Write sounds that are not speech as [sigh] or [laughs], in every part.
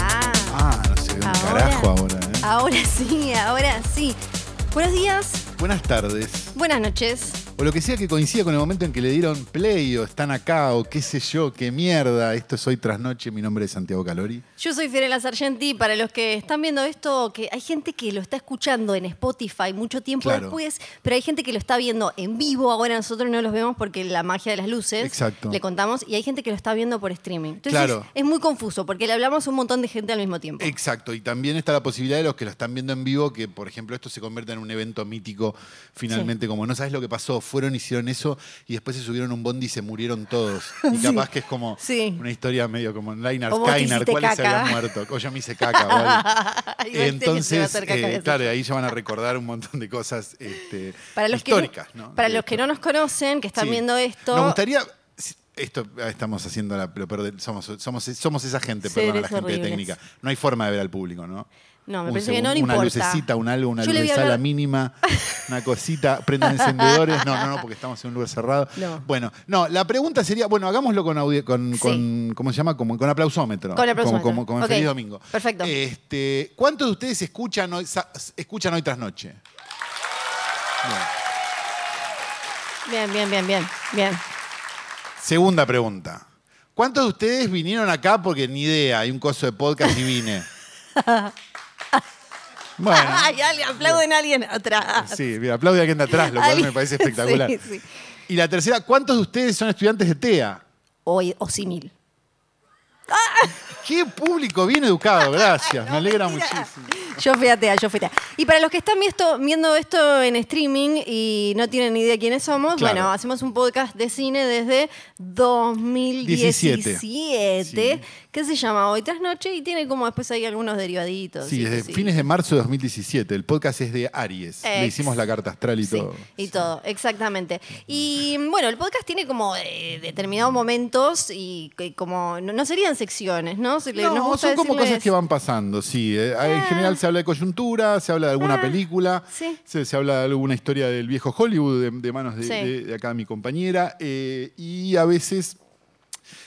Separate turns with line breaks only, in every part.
Ah,
Ah, eh.
Ahora sí, ahora sí. Buenos días,
Buenas tardes.
buenas noches.
O lo que sea que coincida con el momento en que le dieron play o están acá o qué sé yo, qué mierda. Esto es Hoy Tras Noche. Mi nombre es Santiago Calori.
Yo soy Fiorella Sargenti. Para los que están viendo esto, que hay gente que lo está escuchando en Spotify mucho tiempo
Claro.
después, pero hay gente que lo está viendo en vivo. Ahora nosotros no los vemos porque la magia de las luces.
Exacto.
Le contamos. Y hay gente que lo está viendo por streaming. Entonces
Claro. Eh,
es muy confuso porque le hablamos a un montón de gente al mismo tiempo. [laughs]
Exacto. Y también está la posibilidad de los que lo están viendo en vivo que, por ejemplo, esto se convierta en un evento mítico finalmente. Como no sabes lo que pasó, fueron, hicieron eso y después se subieron a un bondi y se murieron
[laughs]
todos. Y capaz que es como
Sí.
una historia medio como en Leinart
O vos te
Kainar.
hiciste
¿Cuáles se
caca.
habían muerto? O yo me
[laughs]
hice caca. o algo.
Igual sé que se va a
Entonces,
hacer caca,
eh,
voy a hacer
claro, ahí ya van a recordar un montón de cosas este,
Para los
históricas.
que no,
¿no?
Para
De
los que
esto.
no nos conocen, que están
Sí.
viendo esto.
Nos gustaría. si- Esto ah, estamos haciendo la. Pero perdón, somos, somos, somos esa gente,
Seres
perdón, a la gente de
horribles.
técnica. No hay forma de ver al público, ¿no?
No, me
Un
parece que no
segundo,
le
Una
importa.
lucecita, un algo, una
Yo le
luz
voy
de
a
sala
hablar- [laughs]
mínima, una cosita, prendan encendedores. No, no, no, porque estamos en un lugar cerrado.
No.
Bueno, no, la pregunta sería, bueno, hagámoslo con audio, con,
Sí.
con- ¿cómo se llama? Como, con aplausómetro.
Con aplausómetro.
Como, como, como en
Ok,
Feliz Domingo.
perfecto.
Este, ¿Cuántos de ustedes escuchan hoy, sa- escuchan hoy tras noche? Bien.
Bien, bien, bien, bien, bien.
Segunda pregunta. ¿Cuántos de ustedes vinieron acá porque ni idea, hay un coso de podcast
[laughs]
y vine? Bueno,
Ay, ale- aplauden a alguien atrás.
sí, bien, aplaude a quien de atrás, lo cual
Alguien-
me parece
[laughs]
espectacular.
Sí, sí.
Y la tercera, ¿cuántos de ustedes son estudiantes de TEA?
O, o simil.
Qué público bien educado, gracias, me alegra
mentira.
muchísimo.
Yo fui atea, yo fui atea. Y para los que están visto- viendo esto en streaming y no tienen ni idea quiénes somos,
Claro.
bueno, hacemos un podcast de cine desde 2017,
Sí.
que se llama Hoy tras Noche y tiene como después ahí algunos derivaditos.
Sí,
y
desde
cosillas.
fines de marzo de 2017, el podcast es de Aries, le
Ex.
hicimos la carta astral y
Sí,
todo.
y todo, exactamente. Y bueno, el podcast tiene como eh, determinados momentos y que como no, no serían secciones, ¿no? Se le- nos
No,
gusta
son como
decirles-
cosas que van pasando, sí. Eh, En
Ah.
general se habla de coyuntura, se habla de alguna película,
sí.
se, se habla de alguna historia del viejo Hollywood de, de manos de,
Sí.
de- de acá mi compañera, eh, y a veces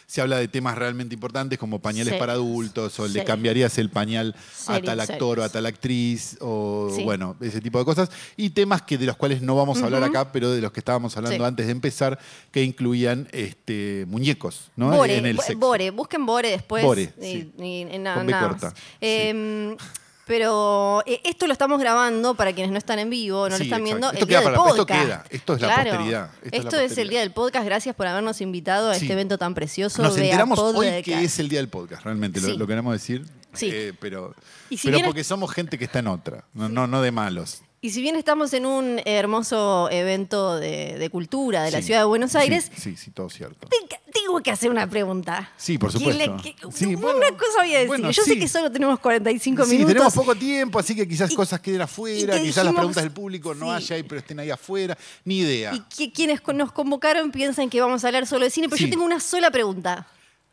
se habla de temas realmente importantes como pañales
Sí.
para adultos, o le
Sí.
cambiarías el pañal a
Series,
tal actor o a
series.
tal actriz, o
Sí.
bueno, ese tipo de cosas, y temas que de los cuales no vamos a hablar acá, pero de los que estábamos hablando
Sí.
antes de empezar, que incluían este, muñecos, ¿no?
Bore,
en el
bu-
sexo.
Bore, busquen Bore después.
Bore,
y-
sí.
y- y na-
Con B
nada
corta,
más. Eh, Pero eh, esto lo estamos grabando para quienes no están en vivo, no lo
Sí,
están
exacto.
viendo.
Esto
el día
queda
del
para- esto
podcast.
queda. Esto es la
Claro.
posteridad. Esto es
Esto,
la
es, el
posteridad.
día del podcast. Gracias por habernos invitado a
Sí.
este evento tan precioso.
Nos
Vea
enteramos hoy
Podcast.
que es el día del podcast, realmente, lo-
Sí.
lo, queremos decir.
Sí.
Eh, pero
Y si
pero
bien-
porque somos gente que está en otra, no, no, no de malos.
Y si bien estamos en un hermoso evento de, de cultura de la
Sí.
ciudad de Buenos
Sí,
Aires,
Sí, sí, todo cierto.
te- tengo que hacer una pregunta.
Sí, por
Que
supuesto.
le- que-
Sí,
una
bueno,
cosa voy a decir.
bueno,
Yo
sí.
sé que solo tenemos 45
Sí,
minutos.
tenemos poco tiempo, así que quizás
Y-
cosas queden
y
afuera,
que
quizás las
dijimos-
preguntas del público no
sí.
haya, ahí, pero estén ahí afuera, ni idea.
Y que quienes con- nos convocaron piensan que vamos a hablar solo de cine, pero
Sí.
yo tengo una sola pregunta.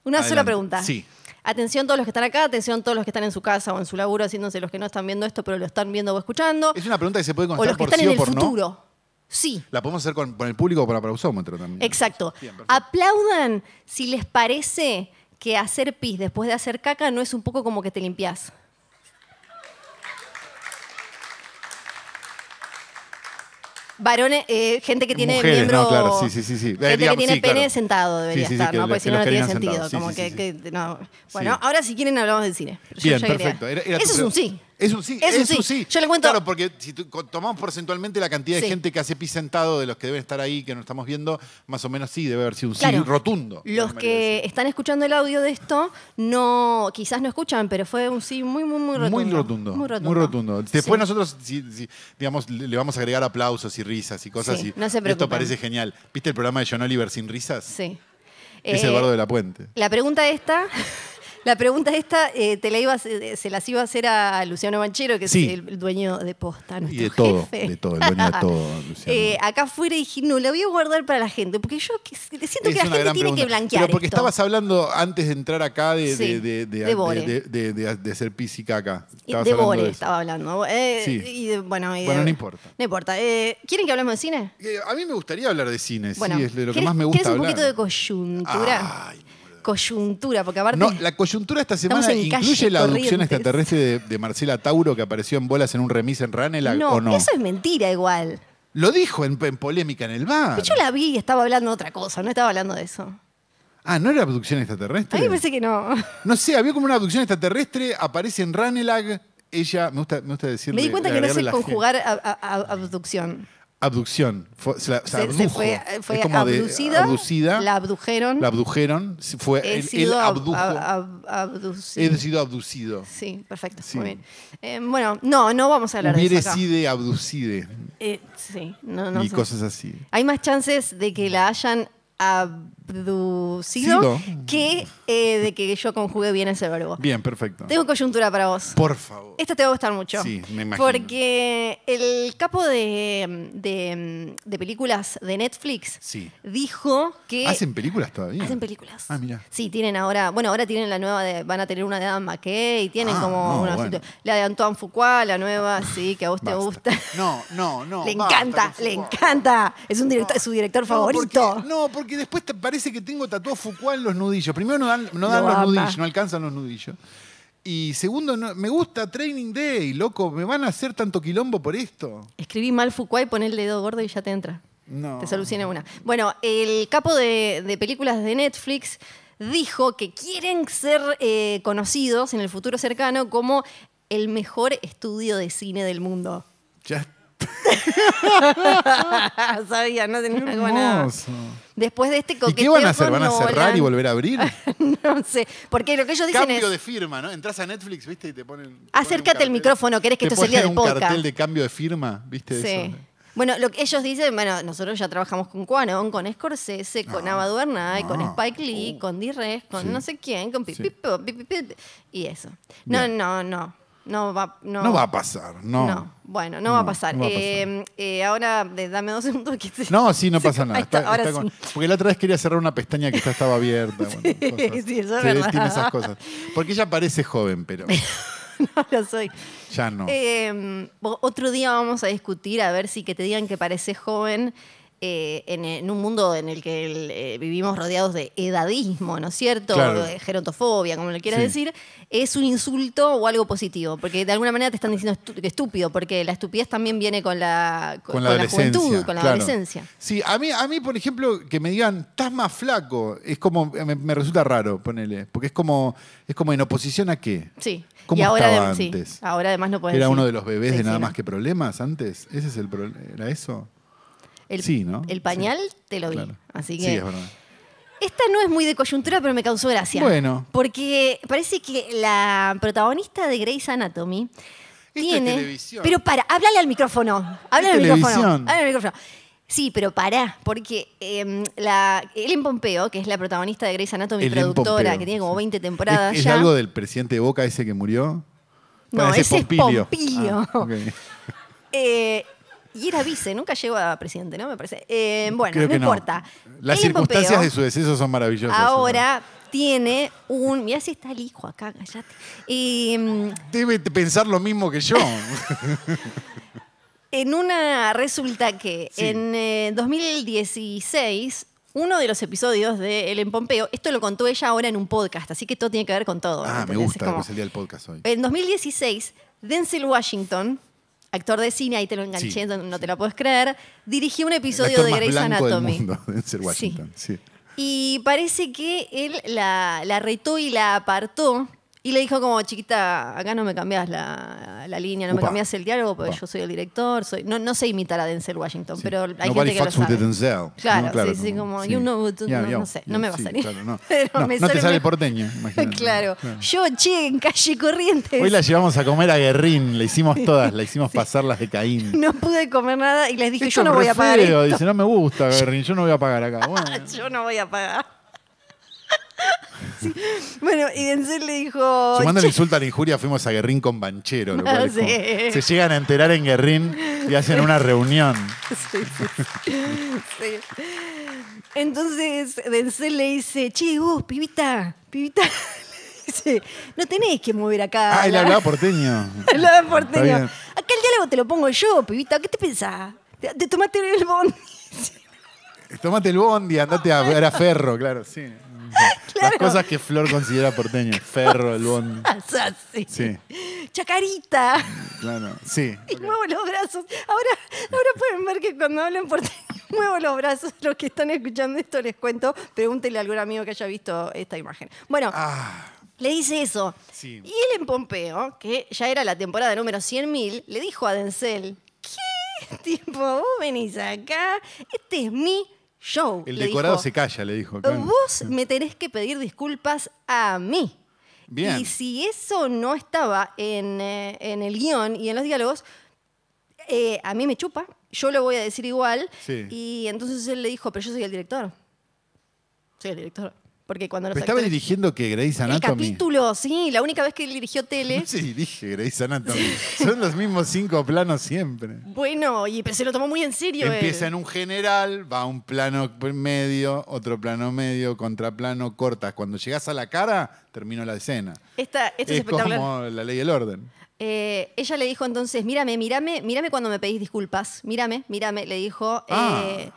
Una
Adelante.
sola pregunta.
Sí.
Atención todos los que están acá, atención todos los que están en su casa o en su laburo haciéndose los que no están viendo esto, pero lo están viendo o escuchando.
Es una pregunta que se puede
o
contestar
los que
por
están
sí
en
o
el
por no.
futuro. Sí.
La podemos hacer con, con el público o para pausómetro también.
Exacto.
Bien, perfecto.
Aplaudan si les parece que hacer pis después de hacer caca no es un poco como que te limpias. Varones, eh, gente que tiene
Mujeres,
miembro.
no, claro, sí, sí, sí, sí. Eh,
Gente
digamos,
que tiene
sí,
pene
claro.
sentado debería
Sí, sí, sí,
estar,
que
¿no?
los-
Porque
que
si no,
los
no tiene
querían
sentido.
sentados, sí,
como
sí,
que,
sí,
que- no. Bueno,
Sí.
ahora si quieren hablamos del cine. pero yo
Bien,
ya quería-
perfecto. Era- era
Eso
tu
es un
pregunta.
sí.
Es un sí.
Es un sí. Yo le cuento.
Claro, porque si tu- co- tomamos porcentualmente la cantidad de
Sí.
gente que hace pis sentado, de los que deben estar ahí, que no estamos viendo, más o menos sí, debe haber sido un sí
Claro.
rotundo.
Los
me
que están escuchando el audio de esto, no, quizás no escuchan, pero fue un sí muy, muy, muy rotundo.
Muy rotundo, muy rotundo. Después
Sí.
nosotros, si- si, digamos, le le vamos a agregar aplausos y risas y cosas
Sí,
así.
no se
Esto
preocupen.
parece genial. ¿Viste el programa de John Oliver sin risas?
Sí.
Es
Eh,
Eduardo de la Puente.
La pregunta esta, [laughs] la pregunta esta eh, te la iba a hacer- se las iba a hacer a Luciano Manchero, que
Sí.
es el dueño de Posta,
Y
nuestro
de todo,
jefe.
de todo, el dueño de
[laughs]
todo, Luciano.
Eh, acá afuera dije, no, la voy a guardar para la gente, porque yo que- siento que la
una
gente
gran
tiene que
pregunta.
blanquear
Pero porque
esto.
estabas hablando antes de entrar acá de,
Sí,
de, de, de,
de Bore.
de- de- de- de hacer pis y caca.
Y
Estabas
de
hablando
Bore
de eso.
estaba hablando. eh,
Sí.
y de- bueno, y de-
Bueno, no importa.
No importa. Eh, ¿Quieren que hablemos de cine?
Eh, A mí me gustaría hablar de cine,
Bueno,
sí, es de lo que
¿querés-
más me
querés
gusta
un
hablar.
poquito de coyuntura?
Ay, me muero de
coyuntura, porque aparte.
No, la coyuntura esta semana
Estamos en calle
incluye la aducción
Corrientes.
extraterrestre de, de Marcela Tauro que apareció en bolas en un remis en Ranelagh
no,
o no.
eso es mentira igual.
Lo dijo en, en polémica en el bar.
Pero yo la vi y estaba hablando de otra cosa, no estaba hablando de eso.
Ah, ¿no era abducción
A
extraterrestre?
mí me parece que no.
No sé, había como una abducción extraterrestre, aparece en Ranelag, ella, me gusta, me gusta decirle...
Me di cuenta que no
agregarle
sé
la G.
conjugar a- a- a- abducción.
Abducción. Fue- se la- se
Se- se
abdujo.
fue, eh, fue
Es como de-
abducida,
abducida,
La
La,
abdujeron.
abdujeron. se Fue,
he
él, él
sido ab-
abdujo.
ab- ab- abducido.
He sido abducido.
Sí, perfecto.
Sí.
Muy bien. Eh, bueno, no, no vamos a hablar de
Hubiere
eso. acá.
sido abducide.
Eh, sí, no, no
y
sé.
cosas así.
Hay más chances de que la hayan abducido
Sido.
que eh, de que yo conjugue bien ese verbo.
Bien, perfecto.
Tengo coyuntura para vos.
Por favor.
Esta te va a gustar mucho.
Sí, me imagino.
Porque el capo de, de- de películas de Netflix
Sí.
dijo que.
¿Hacen películas todavía?
Hacen películas.
Ah, mira.
Sí, tienen ahora. Bueno, ahora tienen la nueva de. Van a tener una de Adam McKay, tienen
Ah,
como.
no,
una-
bueno. Ah,
La de Antoine Fuqua, la nueva, sí, que a vos te
Basta.
gusta.
No, no, no.
le
basta
encanta,
con
le
Foucault.
encanta. Es un director, es su director favorito.
No porque, no, porque después te parece que tengo tatuado Foucault en los nudillos. Primero, no dan, no dan
Lo
los
ama.
nudillos, no alcanzan los nudillos. Y segundo, no- me gusta Training Day, loco. ¿Me van a hacer tanto quilombo por esto?
Escribí mal Fuqua y pon el dedo gordo y ya te entra.
No.
Te soluciona una. Bueno, el capo de, de películas de Netflix dijo que quieren ser eh, conocidos en el futuro cercano como el mejor estudio de cine del mundo. [laughs]
Ya.
Sabía, no tenía
Qué
como nada.
hermoso.
Después de este
¿Y
coqueteo
qué van a hacer? ¿Van a
con
cerrar y
Nolan,
volver a abrir?
[laughs] no sé, porque lo que ellos dicen
cambio
es...
de firma, ¿no? Entras a Netflix, ¿viste? Y te ponen. ponen un
Acércate al
cartel.
micrófono, querés que
Te
esto sea el día
ponen
del
un
podcast.
cartel de cambio de firma, ¿viste?
Sí.
Eso.
Bueno, lo que ellos dicen, bueno, nosotros ya trabajamos con Cuanón, con Scorsese, con
Ah.
Ava DuVernay, con
Ah.
Spike Lee, con D-Rex, con
Sí.
no sé quién, con pi,
Sí.
pi, po, pi, pi, pi, y eso. No,
Bien.
no, no, no va, no,
No va a pasar, no.
no.
No,
Bueno, no, va a
No,
pasar.
no va a
Eh, eh, ahora, de- dame dos segundos que te-
sí,
[laughs]
no pasa nada.
Ahí está,
Está-
ahora
está con-
sí. [laughs]
Porque la otra vez quería cerrar una pestaña que ya estaba abierta. bueno, cosas.
sí, eso es
Sí,
verdad.
Tiene esas cosas. Porque ella parece joven,
[laughs]
pero
No lo soy.
ya no.
Eh, o- otro día vamos a discutir a ver si que te digan que pareces joven eh, en, en un mundo en el que el, eh, vivimos rodeados de edadismo, ¿no es cierto?
Claro.
De gerontofobia, como le quieras
Sí.
decir, es un insulto o algo positivo, porque de alguna manera te están diciendo estu- que estúpido, porque la estupidez también viene con la, con-
con la
con la
adolescencia.
juventud, con la
claro.
adolescencia.
Sí, a mí, a mí, por ejemplo, que me digan, estás más flaco, es como, me, me resulta raro, ponele. Porque es como, es como en oposición a qué.
Sí.
¿Cómo
y ahora,
estaba
adem- sí,
antes?
ahora además no puedes
Era
decir.
uno de los bebés
Sí,
de
sí,
nada
no.
más que problemas antes. ¿Ese es el problema? ¿Era eso?
El,
sí, ¿no?
El pañal te lo vi.
Claro.
Así que
Sí, es verdad.
Esta no es muy de coyuntura, pero me causó gracia.
Bueno.
Porque parece que la protagonista de Grey's Anatomy
es
tiene.
televisión.
Pero para, háblale al micrófono. Háblale al
Es
micrófono.
televisión.
Háblale al micrófono. Sí, pero pará, porque em, la Ellen Pompeo, que es la protagonista de Grey's Anatomy,
Ellen
productora,
Pompeo,
que tiene como
sí.
20 temporadas
¿Es, es
ya.
algo del presidente de Boca ese que murió?
No,
Parece
ese es
Pompilio. Ah,
Pompilio. Eh, y era vice, nunca llegó a presidente, ¿no? Me parece. Eh, [laughs] bueno,
Creo
no
que no.
importa.
Las
Ellen
circunstancias
Pompeo-
de su deceso son maravillosas.
Ahora tiene un. Mirá si está el hijo acá, callate. Em,
Debe pensar lo
[laughs]
mismo que yo.
en una. Resulta que
Sí.
en eh, 2016. Uno de los episodios de Ellen Pompeo, esto lo contó ella ahora en un podcast, así que todo tiene que ver con todo.
ah, me
¿entendés? Es
gusta,
como-
pues el día del podcast hoy.
En 2016, Denzel Washington, actor de cine, ahí te lo enganché,
Sí,
no te la puedes creer, dirigió un
El
episodio
actor
de
más
Grey's
blanco
Anatomy.
del mundo, [laughs] Denzel Washington. Sí.
Y parece que él la, la retó y la apartó. Y le dijo como, chiquita, acá no me cambias la, la línea, no me
Upa.
cambias el diálogo, porque
Upa.
yo soy el director, soy no, no sé imitar a Denzel Washington,
Sí.
pero hay
Nobody
gente que lo
fucks with
sabe.
Denzel. ¿no?
Claro, sí, sí, como, you know, tú-
Yeah,
no,
yeah,
no sé,
yeah,
no me va a
sí,
salir.
claro, no.
[laughs] Pero
No,
me
no te
sale [laughs]
sale
mejor.
porteño, imagínate.
claro.
Claro.
Yo, che, en calle Corrientes,
Hoy la llevamos a comer a Guerrín, le hicimos todas, la hicimos pasar las de Caín.
[laughs] no pude comer nada y les dije,
Esto
yo no
es
voy
re
a pagar
feo.
esto.
Dice, no
[laughs]
me gusta, Guerrín, yo no voy a pagar acá. Bueno.
yo no voy a pagar. [laughs] Sí. Bueno, y Denzel le dijo,
Sumando el
"Che, Ah,
insulto a la injuria, fuimos a Guerrín con Banchero. lo cual es como-
Sí.
se llegan a enterar en Guerrín y hacen una reunión.
Sí, sí, sí. Sí. Entonces Denzel le dice, che, vos, pibita, pibita, [laughs] le dice, no tenés que mover acá.
Ah, él
la-
hablaba
[laughs]
porteño.
hablaba
Está
porteño.
bien.
Acá el diálogo te lo pongo yo, pibita, ¿qué te pensás? Te, te [laughs] tomaste el bondi. [laughs]
Tomate el bondi, andate a ver a Ferro, claro, sí. Las cosas que Flor considera porteño. Ferro, el bondi.
sí.
Sí,
Chacarita. [laughs]
claro. Sí.
Y muevo los brazos. Ahora, ahora pueden ver que cuando hablo en porteño [laughs] muevo los brazos. Los que están escuchando esto les cuento. Pregúntele a algún amigo que haya visto esta imagen. Bueno,
Ah,
le dice eso.
Sí.
Y él en Pompeo, que ya era la temporada número 100.000, le dijo a Denzel, ¿qué? [laughs] Tipo, vos venís acá, este es mi show.
el
le
decorado
dijo.
se calla, le dijo. claro.
Vos me tenés que pedir disculpas a mí.
Bien.
Y si eso no estaba en, eh, en el guión y en los diálogos, eh, a mí me chupa. Yo lo voy a decir igual.
Sí.
Y entonces él le dijo, pero yo soy el director. Soy el director. Porque cuando los
Pero estaba
actores-
dirigiendo que Grey's
el
Anatomy.
capítulo, sí, la única vez que él dirigió tele.
[laughs] No se dirige Grey's Anatomy. Son los mismos cinco planos siempre.
Bueno, y pero se lo tomó muy en serio. él.
Empieza en un general, va a un plano medio, otro plano medio, contraplano, cortas. Cuando llegas a la cara, terminó la escena.
Esta, esto es,
es
espectacular.
como la ley del orden.
Eh, ella le dijo entonces, mírame, mírame, mírame cuando me pedís disculpas, mírame, mírame, le dijo.
Ah.
eh,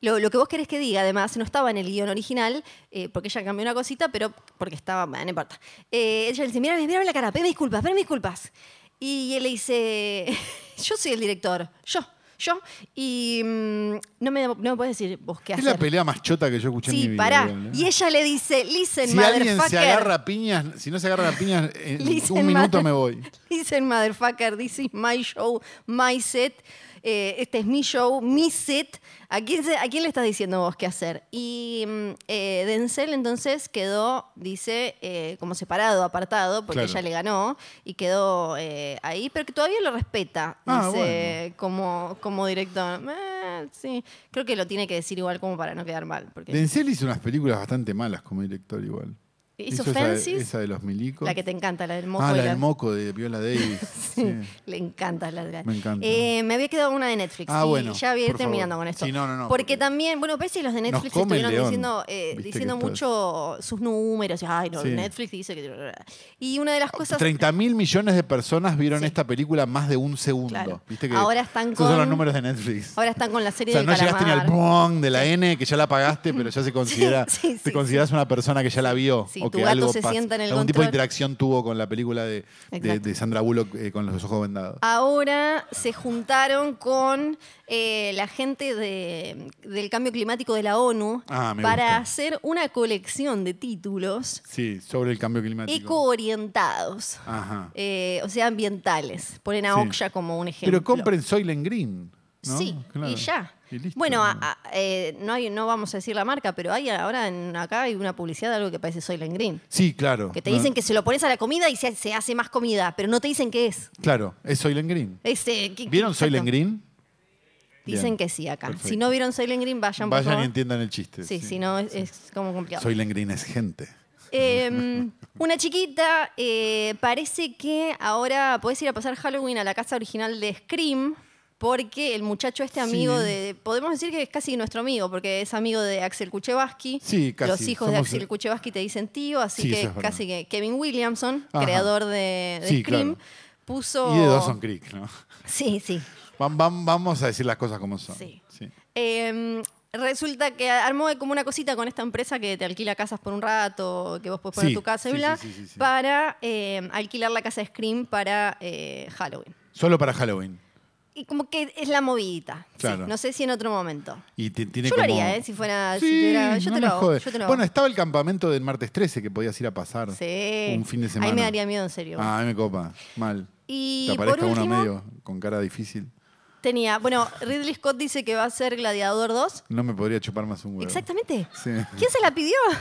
lo, lo que vos querés que diga, además, no estaba en el guión original, eh, porque ella cambió una cosita, pero porque estaba, bueno, no importa. Eh, ella le dice, mírame, mírame la cara, pedime disculpas, pedime disculpas. Y él le dice, [laughs] yo soy el director, yo, yo, y mm, no, me, no me podés decir vos qué
Es
hacer.
la pelea más chota que yo escuché en mi
Sí,
vida.
pará.
igual, ¿eh?
Y ella le dice, listen,
si alguien se
motherfucker.
agarra a piñas, si no se agarra a
[laughs]
piñas, en
Dicen
un minuto
mother- [laughs]
me voy.
Listen, motherfucker, this is my show, my set. Eh, este es mi show, mi set. ¿A quién, se- a quién le estás diciendo vos qué hacer? Y mm, eh, Denzel entonces quedó, dice, eh, como separado, apartado, porque
Claro.
ella le ganó y quedó eh, ahí, pero que todavía lo respeta,
Ah,
dice, como, como director. Eh, sí, creo que lo tiene que decir igual como para no quedar mal. Porque
Denzel hizo unas películas bastante malas como director igual.
Hizo
esa de-
Fences,
esa de los milicos.
la que te encanta, la del moco.
ah,
y
la
la-
del moco de Viola Davis.
[laughs] Sí,
sí.
Le encanta la de
Me encanta.
Eh, me había quedado una de Netflix.
Ah,
y
bueno,
Ya voy a ir
por
terminando
favor.
con esto.
Sí, no, no, no,
Porque,
porque
también, bueno, parece que los de Netflix
come el
estuvieron
león,
diciendo, eh,
viste que
diciendo
esto es.
mucho sus números. y, Ay, no,
Sí. Ah,
Netflix dice que. Y una de las cosas.
30 mil millones de personas vieron
Sí.
esta película más de un segundo.
Claro.
¿Viste que
Ahora están
esos son los
con-
números de Netflix.
Ahora están con la
o
serie
sea,
del
no llegaste ni
calamar.
al bong de la N, que ya la pagaste, pero
[laughs]
ya se considera,
sí,
te
sí,
consideras una persona que ya la vio.
Sí,
o
tu
que
gato
algo
se
pasa.
sienta en el
Algún tipo de
control.
interacción tuvo con la película de, de-
Exacto. Ah.
de Sandra Bullock eh, con los ojos vendados.
Ahora se juntaron con eh, la gente de- del cambio climático de la ONU
Ah, me
para
gusta.
hacer una colección de títulos
Sí, sobre el cambio climático.
ecoorientados.
Ajá.
Eh, o sea, ambientales. Ponen a
Sí.
Oksha como un ejemplo.
Pero compren Soylent Green. ¿no?
Sí,
Claro.
y ya.
Y listo.
bueno, a- a- eh, no, hay, no vamos a decir la marca, pero hay ahora en, acá hay una publicidad de algo que parece Soylent Green.
Sí, claro.
Que te
No,
dicen que se lo pones a la comida y se, se hace más comida, pero no te dicen qué es.
Claro, es Soylent Green.
Este, ¿qué- qué-
¿Vieron
exacto?
Soylent Green?
Dicen
Bien.
que sí acá.
Perfecto.
Si no vieron Soylent Green, vayan, por
Vayan y
favor.
entiendan el chiste.
Sí, si no, es, es como complicado.
Soylent Green es gente.
Eh, una chiquita, eh, parece que ahora podés ir a pasar Halloween a la casa original de Scream, porque el muchacho este amigo
Sí.
de... Podemos decir que es casi nuestro amigo, porque es amigo de Axel Kuchevaski.
Sí, casi.
Los hijos de
Somos-
Axel Kuchevaski te dicen tío, así
Sí, eso
que
es verdad.
casi que Kevin Williamson,
Ajá.
creador de, de
Sí,
Scream,
claro.
puso...
Y de Dawson Creek, ¿no?
Sí, sí.
Vam- vam- vamos a decir las cosas como son.
Sí.
Sí.
Eh, resulta que armó como una cosita con esta empresa que te alquila casas por un rato, que vos podés poner
Sí,
tu casa y
sí,
bla,
sí, sí, sí, sí.
para eh, alquilar la casa de Scream para eh, Halloween.
Solo para Halloween.
Y como que es la movidita. sí.
Claro.
no sé si en otro momento.
Y ti- tiene
Yo lo
como-
haría, ¿eh? Si fuera. si
Sí,
tuviera- yo,
no
te
me
lo hago,
jode.
yo te lo hago.
Bueno, estaba el campamento del martes 13 que podías ir a pasar
Sí.
un fin de semana.
Ahí me daría miedo, en serio.
Ah, a mí me copa. Mal.
Y
Te
por
aparezca
último,
uno medio con cara difícil.
tenía. Bueno, Ridley Scott dice que va a ser Gladiador 2.
No me podría chupar más un huevo.
Exactamente.
Sí.
¿Quién se la pidió? [laughs]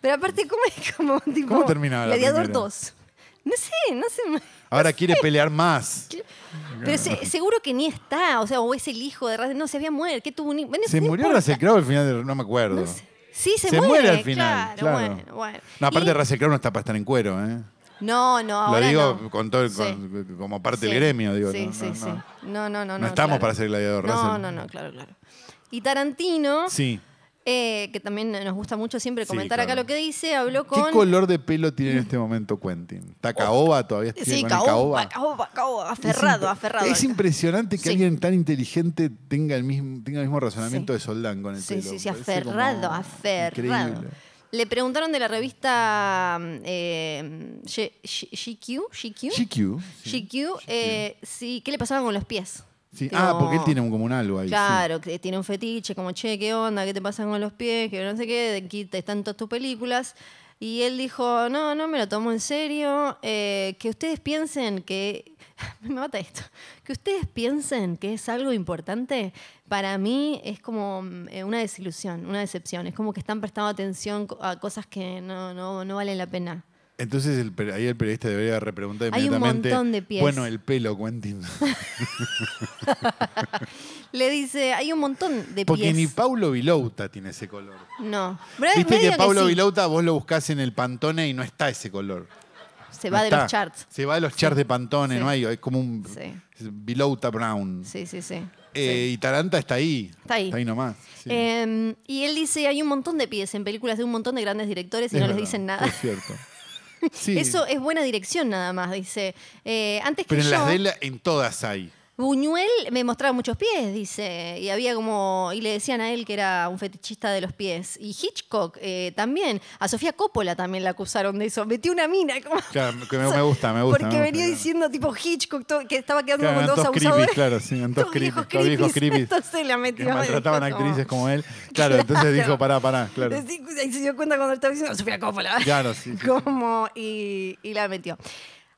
Pero aparte, ¿cómo es como tipo.
¿Cómo terminaba la
Gladiador
primera?
2. No sé, no sé.
[laughs] Ahora quiere pelear más.
Pero
[laughs]
se- seguro que ni está. O sea, o es el hijo de Russell. No, se había muerto. ¿Qué tuvo un hijo? Bueno,
Se
no
murió
importa.
Russell Crowe al final, de- no me acuerdo.
No sé. Sí, se,
Se
muere.
muere al final, claro.
Bueno, bueno.
No, aparte
Y-
Russell Crowe no está para estar en cuero, ¿eh?
No, no, ahora
Lo digo
no.
con todo, el-
Sí.
con- como parte
Sí.
del gremio, digo.
Sí,
no,
sí,
no,
sí.
no.
No, no, no.
No
no,
estamos para ser gladiador,
No,
Russell.
no, no, claro, claro. Y Tarantino,
Sí.
eh, que también nos gusta mucho siempre
Sí,
comentar acá
claro.
lo que dice, habló
¿Qué
con...
color de pelo tiene en este momento Quentin? ¿Está caoba todavía? ¿Sigue
Sí,
con el
caoba,
caoba?
caoba, caoba,
Es
aferrado,
imp-
aferrado.
Es
al-
impresionante que
Sí.
alguien tan inteligente tenga el mismo, tenga el mismo razonamiento
Sí.
de Soldán con el
Sí,
pelo.
sí, sí,
Me parece
aferrado,
como
aferrado.
increíble.
Le preguntaron de la revista eh, G- G- GQ, GQ,
GQ. sí.
GQ, eh, sí, ¿qué le pasaba con los pies?
Sí.
Tipo,
Ah, porque él tiene un- como un algo ahí. sí.
Claro, que tiene un fetiche, como che, ¿qué onda? ¿Qué te pasa con los pies? Que no sé qué, de aquí te están todas tus películas. Y él dijo, no, no me lo tomo en serio. eh, que ustedes piensen que. [laughs] Me mata esto. Que ustedes piensen que es algo importante, para mí es como mm, eh, una desilusión, una decepción. Es como que están prestando atención co- a cosas que no, no, no valen la pena.
Entonces el per- ahí el periodista debería repreguntar
Hay un
inmediatamente.
montón de pies.
Bueno, el pelo, Quentin.
Le dice, hay un montón de
Porque
pies.
ni Paulo Vilouta tiene ese color.
No. Pero es
Viste
medio
que Paulo
sí,
Vilouta vos lo buscás en el Pantone y no está ese color.
Se va
No
de
está.
los charts.
Se va de los charts de Pantone,
Sí.
no hay, es como un
Sí.
Vilouta Brown.
Sí, sí, sí.
Eh, Y Taranta está ahí.
Está ahí.
Está ahí nomás. sí.
Eh, y él dice, hay un montón de pies en películas de un montón de grandes directores y
Es
no
verdad,
les dicen nada.
Es
[laughs]
cierto. Sí,
Eso es buena dirección nada más, dice. Eh, antes que
Pero en
yo,
las de él, en todas hay.
Buñuel me mostraba muchos pies, dice. Y había como, y le decían a él que era un fetichista de los pies. Y Hitchcock eh, también. A Sofía Coppola también la acusaron de eso. Metió una mina. como-
Claro, que me, me gusta, me gusta.
Porque
me gusta,
venía
claro.
diciendo tipo Hitchcock todo- que estaba quedando
Claro,
con
eran
todos
todos
[laughs]
creepy,
abusadores.
claro, sí, eran todos
Todos
creepy,
viejos
todos viejos
creepy. [laughs]
creepy.
Entonces la
Que
metió.
maltrataban
dijo,
actrices
como-
como él. Claro,
[laughs]
entonces dijo,
Claro.
pará, pará, claro.
Sí, Y se dio cuenta cuando estaba diciendo Sofía Coppola.
Claro, [laughs] sí, sí, sí.
Como, y, y la metió.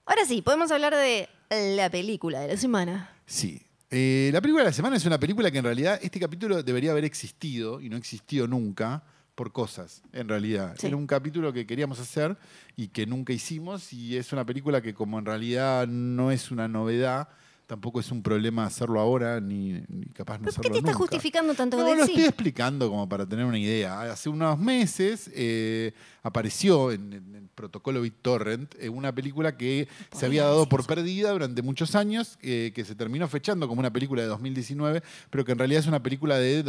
Ahora sí, podemos hablar de la película de la semana.
Sí. Eh, la película de la semana es una película que en realidad este capítulo debería haber existido y no existió nunca por cosas, en realidad.
Sí.
Era un capítulo que queríamos hacer y que nunca hicimos y es una película que como en realidad no es una novedad, tampoco es un problema hacerlo ahora ni, ni capaz no
¿Pero
hacerlo
por qué te estás
nunca.
justificando tanto?
No,
Decí.
lo estoy explicando como para tener una idea. Hace unos meses eh, apareció en, en el protocolo BitTorrent eh, una película que se había dado por perdida durante muchos años, eh, que se terminó fechando como una película de 2019, pero que en realidad es una película de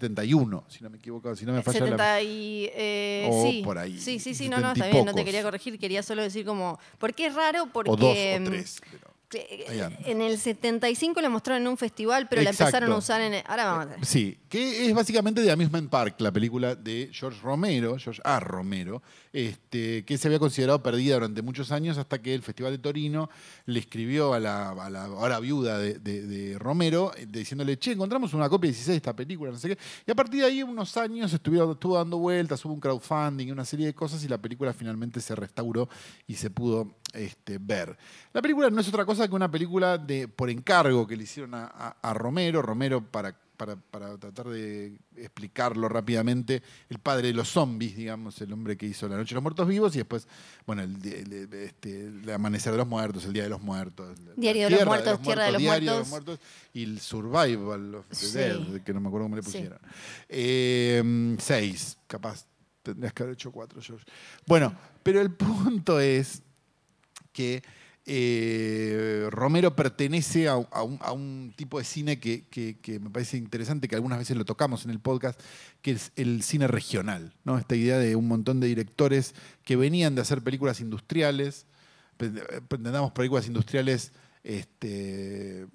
1971, si no me equivoco, si no me falla la...
70 y... eh,
O
sí.
por ahí,
Sí, sí, sí, no, no,
70 y
está bien, no te
pocos.
quería corregir, quería solo decir como, ¿por qué es raro? Porque...
O dos o tres. pero-
eh,
Ahí anda.
En el 75 la mostraron en un festival, pero la
Exacto.
empezaron a usar en... Ahora vamos a ver.
Sí, que es básicamente The Amusement Park, la película de George Romero, George A. Romero, este, que se había considerado perdida durante muchos años hasta que el Festival de Torino le escribió a la, a la ahora viuda de, de- de Romero eh, diciéndole, che, encontramos una copia 16 de esta película, no sé qué. Y a partir de ahí unos años estuvieron, estuvo dando vueltas, hubo un crowdfunding, una serie de cosas y la película finalmente se restauró y se pudo este, ver. La película no es otra cosa que una película de, por encargo que le hicieron a, a- a Romero. Romero, para, para- para tratar de explicarlo rápidamente, el padre de los zombies, digamos, el hombre que hizo La Noche de los Muertos Vivos y después, bueno, el, di- el- el- este, el Amanecer de los Muertos, El Día de los Muertos. la- la
Diario de los Muertos, Tierra de los
Diario
Muertos.
Y el Survival of the
Sí.
Dead, que no me acuerdo cómo le
Sí.
pusieron. Eh, seis, capaz. Tendrías que haber hecho cuatro, George. Bueno, pero el punto es que eh, Romero pertenece a, a un, a un tipo de cine que, que- que me parece interesante, que algunas veces lo tocamos en el podcast, que es el cine regional, ¿no? Esta idea de un montón de directores que venían de hacer películas industriales, pretendamos películas industriales este,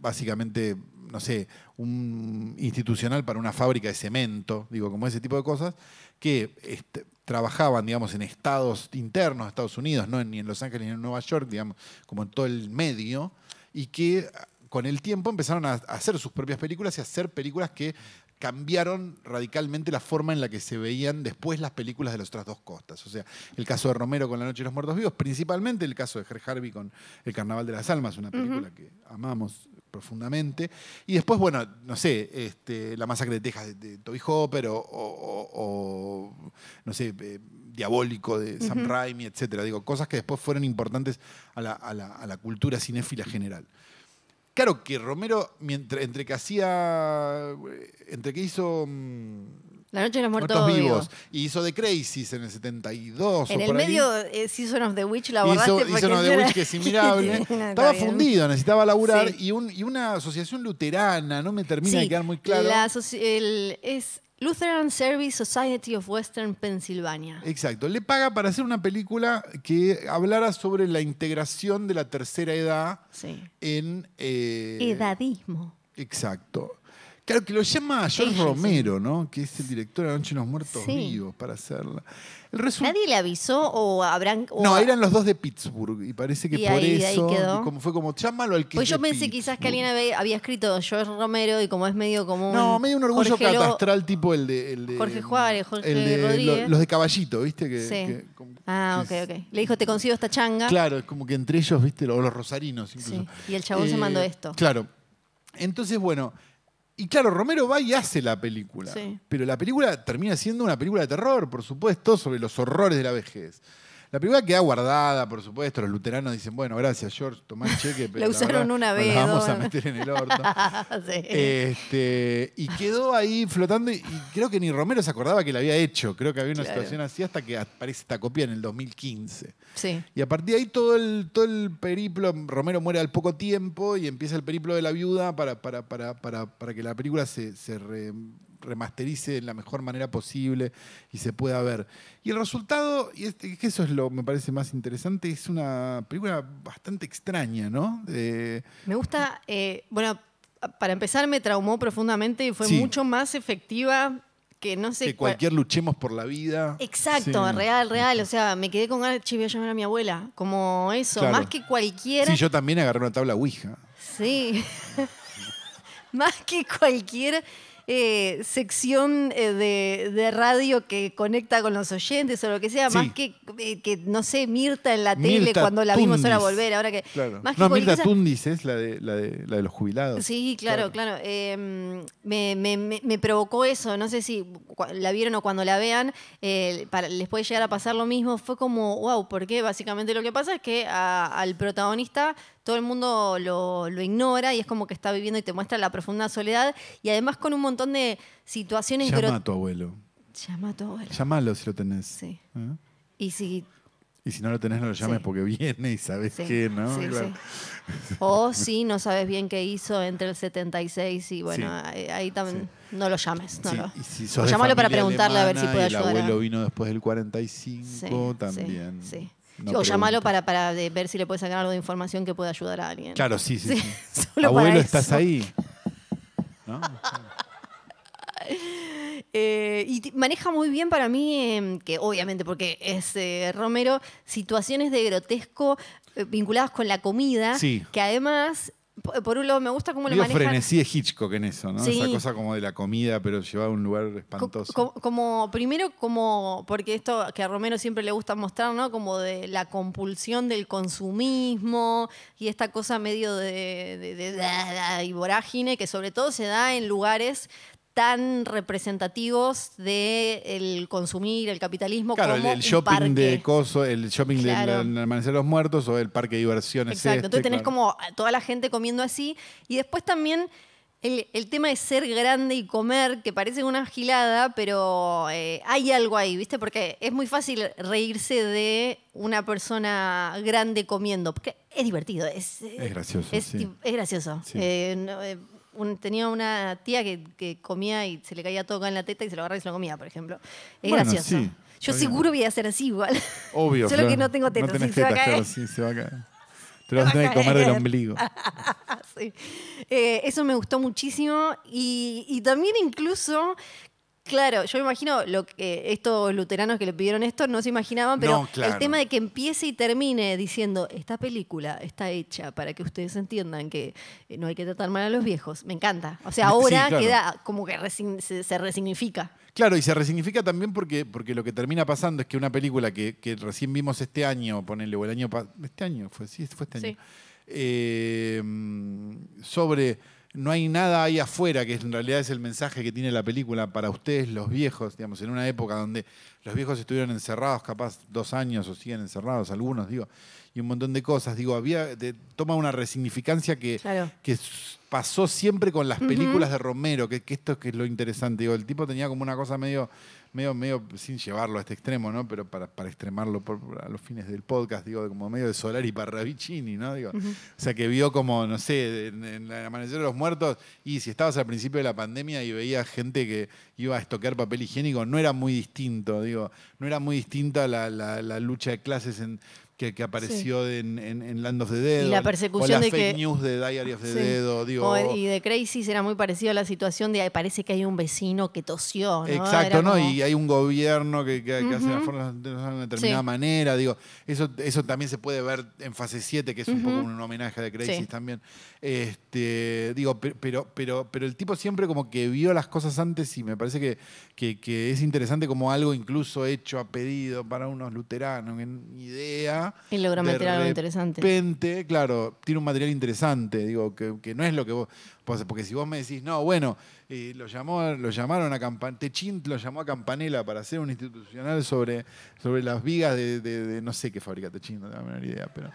básicamente, no sé, un institucional para una fábrica de cemento, digo, como ese tipo de cosas, que este, trabajaban, digamos, en estados internos de Estados Unidos, no en- ni en Los Ángeles ni en Nueva York, digamos, como en todo el medio, y que ah, con el tiempo empezaron a a hacer sus propias películas y a hacer películas que cambiaron radicalmente la forma en la que se veían después las películas de las otras dos costas. O sea, el caso de Romero con La Noche de los Muertos Vivos, principalmente el caso de Ger Harvey con El Carnaval de las Almas, una película que amamos profundamente. Y después, bueno, no sé, este, La Masacre de Texas de, de Toby Hopper o, o- o- o, no sé, eh, Diabólico de Sam Raimi, etcétera. Digo, cosas que después fueron importantes a la- a la- a la cultura cinéfila general. Claro que Romero, mientras, entre que hacía. eh, entre que hizo. mm,
La noche de los muertos,
Muertos
digo.
Vivos y hizo The Crazies en el 72.
En
o
el
por ahí,
medio, eh, Season of the Witch la borraste
Hizo, hizo
porque
uno
esa
de
era-
Witch que
[laughs]
es inmirable.
Sí, no,
Estaba
está bien.
fundido, necesitaba laburar
Sí.
y, un- y una asociación luterana, no me termina de
Sí,
quedar muy claro.
la asoci- el- es Lutheran Service Society of Western Pennsylvania.
Exacto. Le paga para hacer una película que hablara sobre la integración de la tercera edad
Sí.
en. eh,
Edadismo.
Exacto. Claro, que lo llama George
Agency.
Romero, ¿no? Que es el director de La Noche de los Muertos
Sí.
Vivos para hacerla. El resu-
¿Nadie le avisó o habrán.? o-
No, eran los dos de Pittsburgh y parece que
Y
por
ahí- de ahí
eso
quedó.
y como fue como llámalo al que
Pues
es
yo
de
pensé quizás que
Pittsburgh.
alguien había, había escrito George Romero y como es medio como.
No, medio un orgullo
Jorge Lo-
catastral tipo el de, el de-
Jorge Juárez, Jorge
el de lo-
Rodríguez.
los de caballito, ¿viste? Que,
Sí.
que- como-
Ah, ok,
que es-
ok. Le dijo, te consigo esta changa.
Claro, es como que entre ellos, ¿viste? O los rosarinos incluso. Eh,
Sí, y el chabón se mandó esto.
Claro. Entonces, bueno. Y claro, Romero va y hace la película.
Sí.
Pero la película termina siendo una película de terror, por supuesto, sobre los horrores de la vejez. La película queda guardada, por supuesto. Los luteranos dicen, bueno, gracias, George, tomá el
[laughs]
cheque. Pero
La usaron una
nos
vez,
La vamos a
dos.
meter en
[laughs]
el orto.
[laughs] Sí.
Eh, Este, y quedó ahí flotando y, y creo que ni Romero se acordaba que la había hecho. Creo que había una
Claro.
situación así hasta que aparece esta copia en el 2015.
sí.
Y a partir de ahí todo el, todo el periplo, Romero muere al poco tiempo y empieza el periplo de la viuda para, para, para, para, para que la película se, se re- remasterice de la mejor manera posible y se pueda ver. Y el resultado, y este- es que eso es lo me parece más interesante, es una película bastante extraña, ¿no? Eh,
Me gusta, eh, bueno, para empezar me traumó profundamente y fue
Sí.
mucho más efectiva que no sé
que
cuál-
cualquier luchemos por la vida.
Exacto,
Sí.
real, real. O sea, me quedé con ganas de "Che, voy a llamar a mi abuela. Como eso,
Claro.
más que cualquiera.
Sí, yo también agarré una tabla Ouija.
Sí. [laughs] Más que cualquier eh, sección eh, de, de radio que conecta con los oyentes o lo que sea,
Sí.
más que, eh, que, no sé, Mirta en la tele
Mirta
cuando la vimos ahora
Tundis.
volver, ahora que.
Claro.
Más que
No,
cualquier cosa-
Mirta Tundis es la de, la de, la de los jubilados.
Sí, claro, claro. Eh, me, me- me- me provocó eso, no sé si cua- la vieron o cuando la vean, eh, para- les puede llegar a pasar lo mismo. Fue como, wow, porque básicamente lo que pasa es que a- al protagonista todo el mundo lo, lo ignora y es como que está viviendo y te muestra la profunda soledad y además con un montón de situaciones...
Llama
gro-
a tu abuelo.
Llama a tu abuelo.
Llámalo si lo tenés.
Sí.
¿Eh?
Y si
Y si no lo tenés, no lo llames
Sí.
porque viene y sabes
Sí,
qué, ¿no?
sí,
Claro.
sí. O si no sabes bien qué hizo entre el 76 y bueno,
Sí.
ahí, ahí también no lo llames. No
Sí,
lo-
y si
o
sos de
llámalo para
familia
preguntarle a ver si
alemana
puede
y
ayudar.
El
a-
abuelo vino después del
Sí,
45
sí,
también.
sí.
No
o
preguntes.
llámalo para, para de- ver si le puede sacar algo de información que pueda ayudar a alguien.
Claro, sí, sí.
[laughs] Sí,
sí.
solo para eso.
abuelo, estás ahí.
[laughs]
¿No?
Eh, y ti- maneja muy bien para mí, em, que obviamente porque es eh, Romero, situaciones de grotesco eh, vinculadas con la comida,
Sí.
que además, po- por un lado, me gusta cómo lo
Medio
manejan.
frenesí de Hitchcock en eso, ¿no?
Sí.
Esa cosa como de la comida, pero llevada a un lugar
Co-
espantoso.
co- como primero como porque esto que a Romero siempre le gusta mostrar no como de la compulsión del consumismo y esta cosa medio de, de- de- da- da y vorágine que sobre todo se da en lugares tan representativos de el consumir el capitalismo
Claro, el,
como
el
un parque.
shopping de coso, el shopping del
Claro.
Amanecer de los Muertos o el parque de diversiones.
Exacto,
este,
entonces tenés
claro.
como a toda la gente comiendo así. Y después también el, el tema de ser grande y comer, que parece una gilada, pero eh, hay algo ahí, ¿viste? Porque es muy fácil reírse de una persona grande comiendo, porque es divertido, es,
Es gracioso,
Es,
sí.
di- es gracioso.
Sí.
Eh, no, eh, un- tenía una tía que, que comía y se le caía todo acá en la teta y se lo agarraba y se lo comía, por ejemplo. Es
Bueno,
gracioso.
sí,
Yo
está bien.
seguro voy a hacer así igual. [laughs]
Obvio.
Solo que
claro.
no tengo tetas,
tenés
sí, se va a
tetas,
caer.
claro, sí, se va a caer. Te lo vas a tener que comer del
caer.
ombligo.
Sí. Eh, eso me gustó muchísimo y, y también incluso, claro, yo me imagino lo que eh, estos luteranos que le pidieron esto no se imaginaban, pero
No, claro.
el tema de que empiece y termine diciendo esta película está hecha para que ustedes entiendan que eh, no hay que tratar mal a los viejos, me encanta. O sea,
Sí,
ahora
claro.
queda como que resign- se, se resignifica.
Claro, y se resignifica también porque, porque lo que termina pasando es que una película que, que recién vimos este año, ponele, o el año pasado, este año fue, sí, fue este año,
Sí.
eh, mm, sobre no hay nada ahí afuera, que en realidad es el mensaje que tiene la película para ustedes, los viejos, digamos, en una época donde los viejos estuvieron encerrados, capaz dos años o siguen encerrados, algunos, digo, y un montón de cosas, digo, había, te- toma una resignificancia que,
Claro.
que s- pasó siempre con las películas de Romero, que, que esto es que es lo interesante. Digo, el tipo tenía como una cosa medio, medio, medio, sin llevarlo a este extremo, ¿no? Pero para, para extremarlo por- a los fines del podcast, digo, como medio de Solari para Vicini, ¿no? Digo, O sea, que vio como, no sé, en, en el Amanecer de los Muertos, y si estabas al principio de la pandemia y veías gente que iba a estoquear papel higiénico, no era muy distinto, digo, no era muy distinta la, la- la lucha de clases en que, que apareció en, en- en Land of the Dead.
Y
o
la
o
persecución
las
de
fake
que-
news de Diary of the
Sí.
Dead. o digo,
O- y de Crazy era muy parecido a la situación de "Ay, parece que hay un vecino que tosió. ¿no?
Exacto,
Era
¿no?
como-
Y hay un gobierno que, que- que hace las
Ujú.
formas de una determinada
Sí.
manera. Digo, eso, eso también se puede ver en fase 7, que es un poco
Ujú.
un homenaje de Crazy
Sí.
también. Este, digo, pe- pero, pero, pero el tipo siempre como que vio las cosas antes y me parece que, que- que es interesante como algo incluso hecho a pedido para unos luteranos, que ni idea.
Y logró
de
meter algo interesante.
repente, claro, tiene un material interesante, digo, que, que no es lo que vos. pues, Porque si vos me decís, no, bueno, eh, lo, llamó, lo llamaron a Campanela, Techín lo llamó a Campanela para hacer un institucional sobre, sobre las vigas de, de- de- no sé qué fabrica Techín, no tengo la menor idea, pero.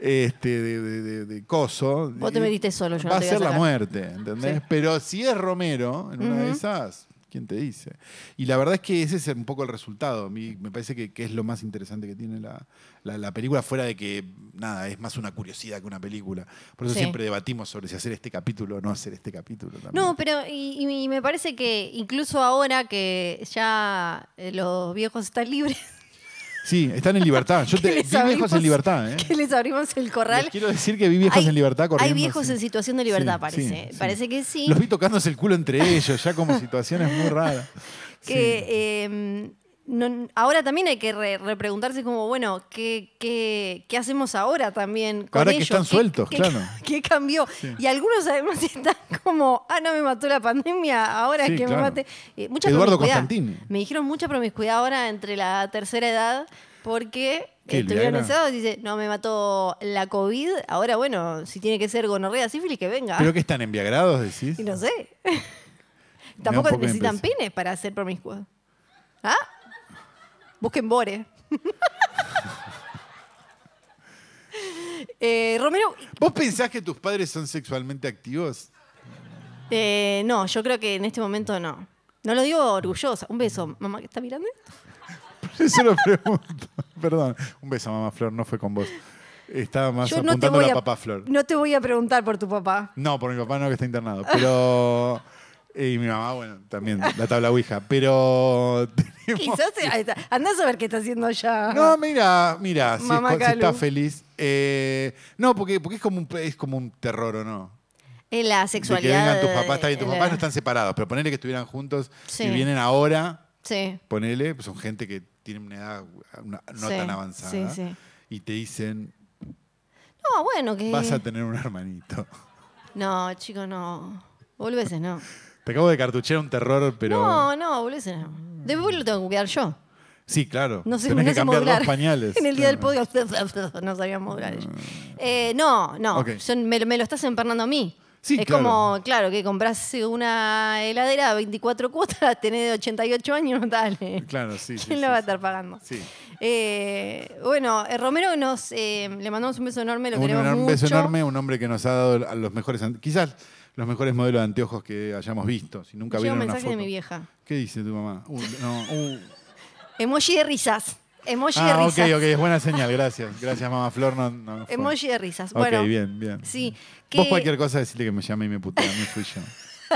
Este, de, de, de- de coso.
Vos te
Eh,
metiste solo, yo no
Va
te voy
a
a
ser la
sacar.
muerte, ¿entendés?
Sí.
Pero si es Romero, en una de
Ujú.
esas, ¿quién te dice? Y la verdad es que ese es un poco el resultado. A mí me parece que, que es lo más interesante que tiene la, la- la película, fuera de que, nada, es más una curiosidad que una película. Por eso
Sí.
siempre debatimos sobre si hacer este capítulo o no hacer este capítulo. También.
No, pero y, y- y me parece que incluso ahora que ya eh, los viejos están libres, [laughs]
Sí, están en libertad. Yo
que
te,
les
vi viejos en
abrimos-
libertad, ¿eh?
que les abrimos el corral.
Les quiero decir que vi viejos en libertad corriendo.
Hay viejos
así.
en situación de libertad,
Sí,
parece.
sí, sí.
Parece que sí.
Los vi tocándose el culo entre ellos, ya como situaciones muy raras.
[laughs] que
Sí.
eh, no- ahora también hay que re- repreguntarse como, bueno, ¿qué, qué, qué hacemos ahora también con
Ahora que
ellos?
están
¿Qué-
sueltos,
qué-
claro.
[laughs] ¿Qué cambió? Y algunos además [laughs] están como, ah, no me mató la pandemia, ahora
Sí,
que
claro.
me mate. Eh, mucha
Eduardo
promiscuidad.
Constantini.
Me dijeron mucha promiscuidad ahora entre la tercera edad porque
¿Qué, el
estuvieron
Viagra?
encerrados y dice, no me mató la COVID, ahora bueno, si tiene que ser gonorrea, sífilis, que venga.
¿Pero que están enviagrados, decís?
Y no sé. Tampoco
poco me
necesitan
impresiona.
pines para ser promiscuos. ¿Ah? Busquen Bore. [laughs] Eh, Romero,
¿Vos pensás que tus padres son sexualmente activos?
eh, no, yo creo que en este momento no. No lo digo orgullosa. Un beso, mamá, que está mirando?
Por [laughs] eso lo pregunto. [laughs] Perdón. Un beso, mamá Flor, no fue con vos. Estaba más
Yo no te,
apuntando
voy
a
a,
papá Flor.
no te voy a preguntar por tu papá.
No, por mi papá no, que está internado.
[laughs]
Pero. Y mi mamá, bueno, también, la tabla Ouija. Pero. tenemos-
Quizás anda a saber qué está haciendo allá.
No, mira, mira, si, es
Mamá
co- si está
Calu.
feliz. Eh, no, porque, porque es, como un, es como un terror, ¿o no?
en la
De que
sexualidad.
vengan tus papás, está bien, tus
la-
papás no están separados, pero ponele que estuvieran juntos y
Sí.
vienen ahora,
Sí.
ponele, pues son gente que tiene una edad una- no
Sí,
tan avanzada.
sí, sí.
Y te dicen,
No, bueno, que.
vas a tener un hermanito.
No, chico, no. Boludeces no.
Te acabo de cartuchear un terror, pero.
No, no, boludeces no. Después lo tengo que cuidar yo.
Sí, claro.
No sé,
Tenés
no
que
sé
cambiar
modular.
dos
[laughs]
pañales.
En el día del
Claro. Ah.
podio [laughs] no sabía modular ella. Eh, no, no.
Ok.
Yo- me, lo- me lo estás empernando a mí.
Sí,
es
claro.
como, claro, que compras una heladera a 24 cuotas, [laughs] tenés de 88 años, [laughs] dale.
Claro, sí. sí,
¿Quién
sí,
la va a
sí.
estar pagando?
Sí.
Eh, bueno, eh, Romero nos eh, le mandamos un beso enorme, lo
Un
queremos
enorme-
mucho.
beso enorme, un hombre que nos ha dado a los mejores, an- quizás los mejores modelos de anteojos que hayamos visto. Si nunca
Llega
vieron
un
una
mensaje
foto.
de mi vieja.
¿Qué dice tu mamá? Uh, no,
[laughs]
uh.
Emoji de risas. Emoji de
Ah, ok,
risas.
ok, es buena señal, gracias. Gracias, mamá Flor. No, no fue.
Emoji de risas.
Ok,
Bueno,
bien, bien.
sí.
Vos
que-
cualquier cosa decirle que me llame y me putea, no fui yo.
[laughs]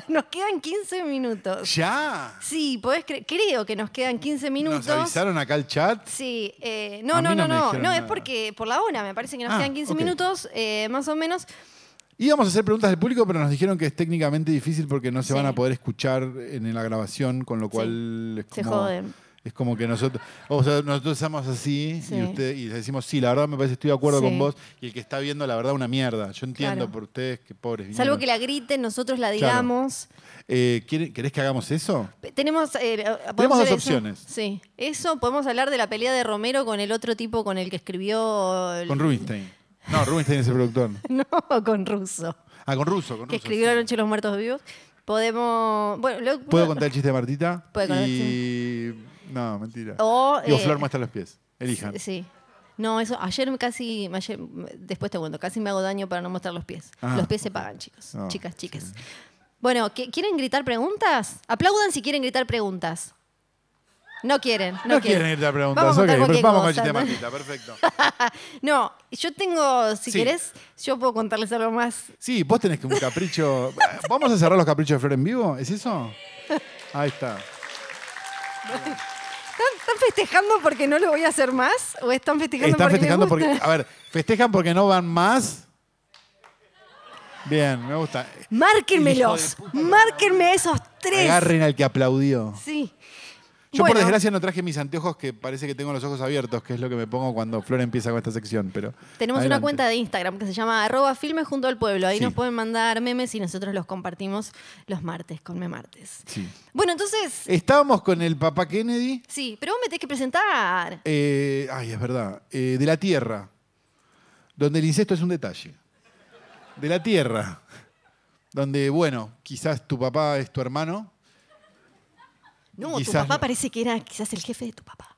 Nos quedan 15 minutos.
¡Ya!
Sí, podés cre- creo que nos quedan 15 minutos.
¿Nos avisaron acá al chat?
Sí, eh, no,
A
no,
mí no
no,
me
no, no,
dijeron
es
nada.
porque por la hora me parece que nos
Ah,
quedan 15
ok.
minutos, eh, más o menos.
Íbamos a hacer preguntas del público, pero nos dijeron que es técnicamente difícil porque no se
Sí.
van a poder escuchar en la grabación, con lo cual es
Se
como.
joden.
Es como que nosotros, o sea, nosotros estamos así
Sí.
y, usted, y les decimos, sí, la verdad me parece, estoy de acuerdo
Sí.
con vos. Y el que está viendo, la verdad, una mierda. Yo entiendo
Claro.
por ustedes, que pobres.
Salvo
vinieron.
que la griten, nosotros la
Claro.
digamos.
Eh, ¿quiere- ¿Querés que hagamos eso?
P- Tenemos, eh, ¿podemos
Tenemos dos
hacer eso?
opciones.
Sí, eso podemos hablar de la pelea de Romero con el otro tipo con el que escribió. el-
Con Rubinstein. No, Rubinstein es el productor.
[laughs] No, con Russo.
Ah, con Russo, con
Que
Russo,
escribió La
sí.
Noche de los Muertos Vivos. Podemos. Bueno, lo-
¿Puedo contar el chiste de Martita?
Puede contar,
y... No, mentira.
O,
Digo,
eh,
Flor muestra los pies. Elijan.
Sí. No, eso, ayer me casi, ayer- después te cuento, casi me hago daño para no mostrar los pies.
Ah,
los pies se pagan, chicos,
Ah,
chicas, chicas. Bueno, ¿qui- ¿quieren gritar preguntas? Aplaudan si quieren gritar preguntas. No quieren, no,
No quieren irte a preguntas.
Vamos a
ok,
contar
pero
cualquier
vamos con el
cosa,
chiste de
¿no?
Martita, perfecto.
No, yo tengo, si
Sí.
querés, yo puedo contarles algo más.
Sí, vos tenés que un capricho. ¿Vamos a cerrar los caprichos de Flor en vivo? ¿Es eso? Ahí está.
Están, están festejando porque no lo voy a hacer más? ¿O están festejando
Están
porque
festejando
les
porque.
gusta?
A ver, festejan porque no van más. Bien, me gusta.
Márquenmelos. Márquenme a esos tres.
Agarren al que aplaudió.
Sí.
Yo
Bueno,
por desgracia no traje mis anteojos que parece que tengo los ojos abiertos, que es lo que me pongo cuando Flor empieza con esta sección, pero.
Tenemos una
adelante.
cuenta de Instagram que se llama arroba filme junto al pueblo. Ahí
Sí.
nos pueden mandar memes y nosotros los compartimos los martes con Memartes.
Sí.
Bueno, entonces,
Estábamos con el papá Kennedy.
sí, pero vos me tenés que presentar.
eh, ay, es verdad. eh, de la Tierra. Donde el incesto es un detalle. De la Tierra. Donde, bueno, quizás tu papá es tu hermano.
No, tu
quizás
papá
no.
parece que era quizás el jefe de tu papá.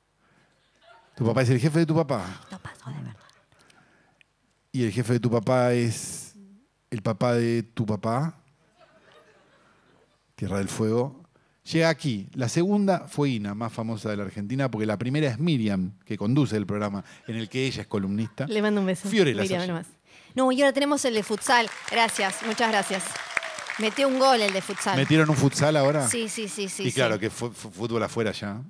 Tu papá es el jefe de tu papá.
No pasó de verdad.
Y el jefe de tu papá es el papá de tu papá. Tierra del Fuego. Llega aquí. La segunda fue Ina, más famosa de la Argentina, porque la primera es Miriam, que conduce el programa, en el que ella es columnista.
Le mando un beso.
Ah. Fiorella
Miriam,
Sassi.
nomás. No, y ahora tenemos el de futsal. Gracias, muchas gracias. Metió un gol el de futsal.
¿Metieron un futsal ahora?
Sí, sí, sí, sí.
Y
sí.
claro, que fu- fu- fútbol afuera ya.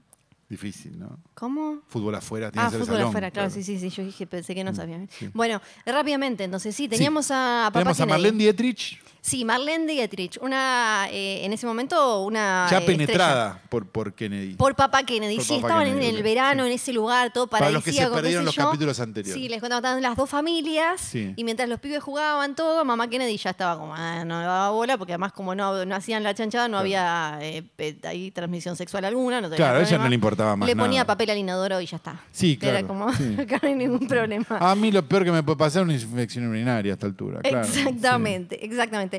Difícil, ¿no?
¿Cómo?
Fútbol afuera, tiene
Ah,
que ser
fútbol
el salón.
afuera, claro, sí, sí, sí. Yo dije, pensé que no
Mm.
sabía. ¿eh? Bueno, rápidamente, entonces sí, teníamos a, a papá
Tenemos a
Kennedy.
Marlene Dietrich,
Sí, Marlene Dietrich, una, eh, en ese momento una
ya
eh, estrella.
penetrada por, por Kennedy.
Por Papá Kennedy,
Por
sí,
Papá
estaban
Kennedy,
en el
ok,
verano, en ese lugar, todo
Para
paradisíaco.
los que se
qué
perdieron
sé
los
yo.
capítulos anteriores.
Sí, les contaban estaban las dos familias
Sí.
y mientras los pibes jugaban todo, mamá Kennedy ya estaba como, ah, no le daba bola, porque además como no, no hacían la chanchada, no había eh, pe- ahí transmisión sexual alguna. No tenía
Claro, a ella
problema.
no le importaba más
Le ponía
nada.
papel al inodoro y ya está.
Sí,
Era
claro,
como,
sí.
[laughs] acá no hay ningún problema.
A mí lo peor que me puede pasar es una infección urinaria a esta altura. Claro,
Exactamente, exactamente.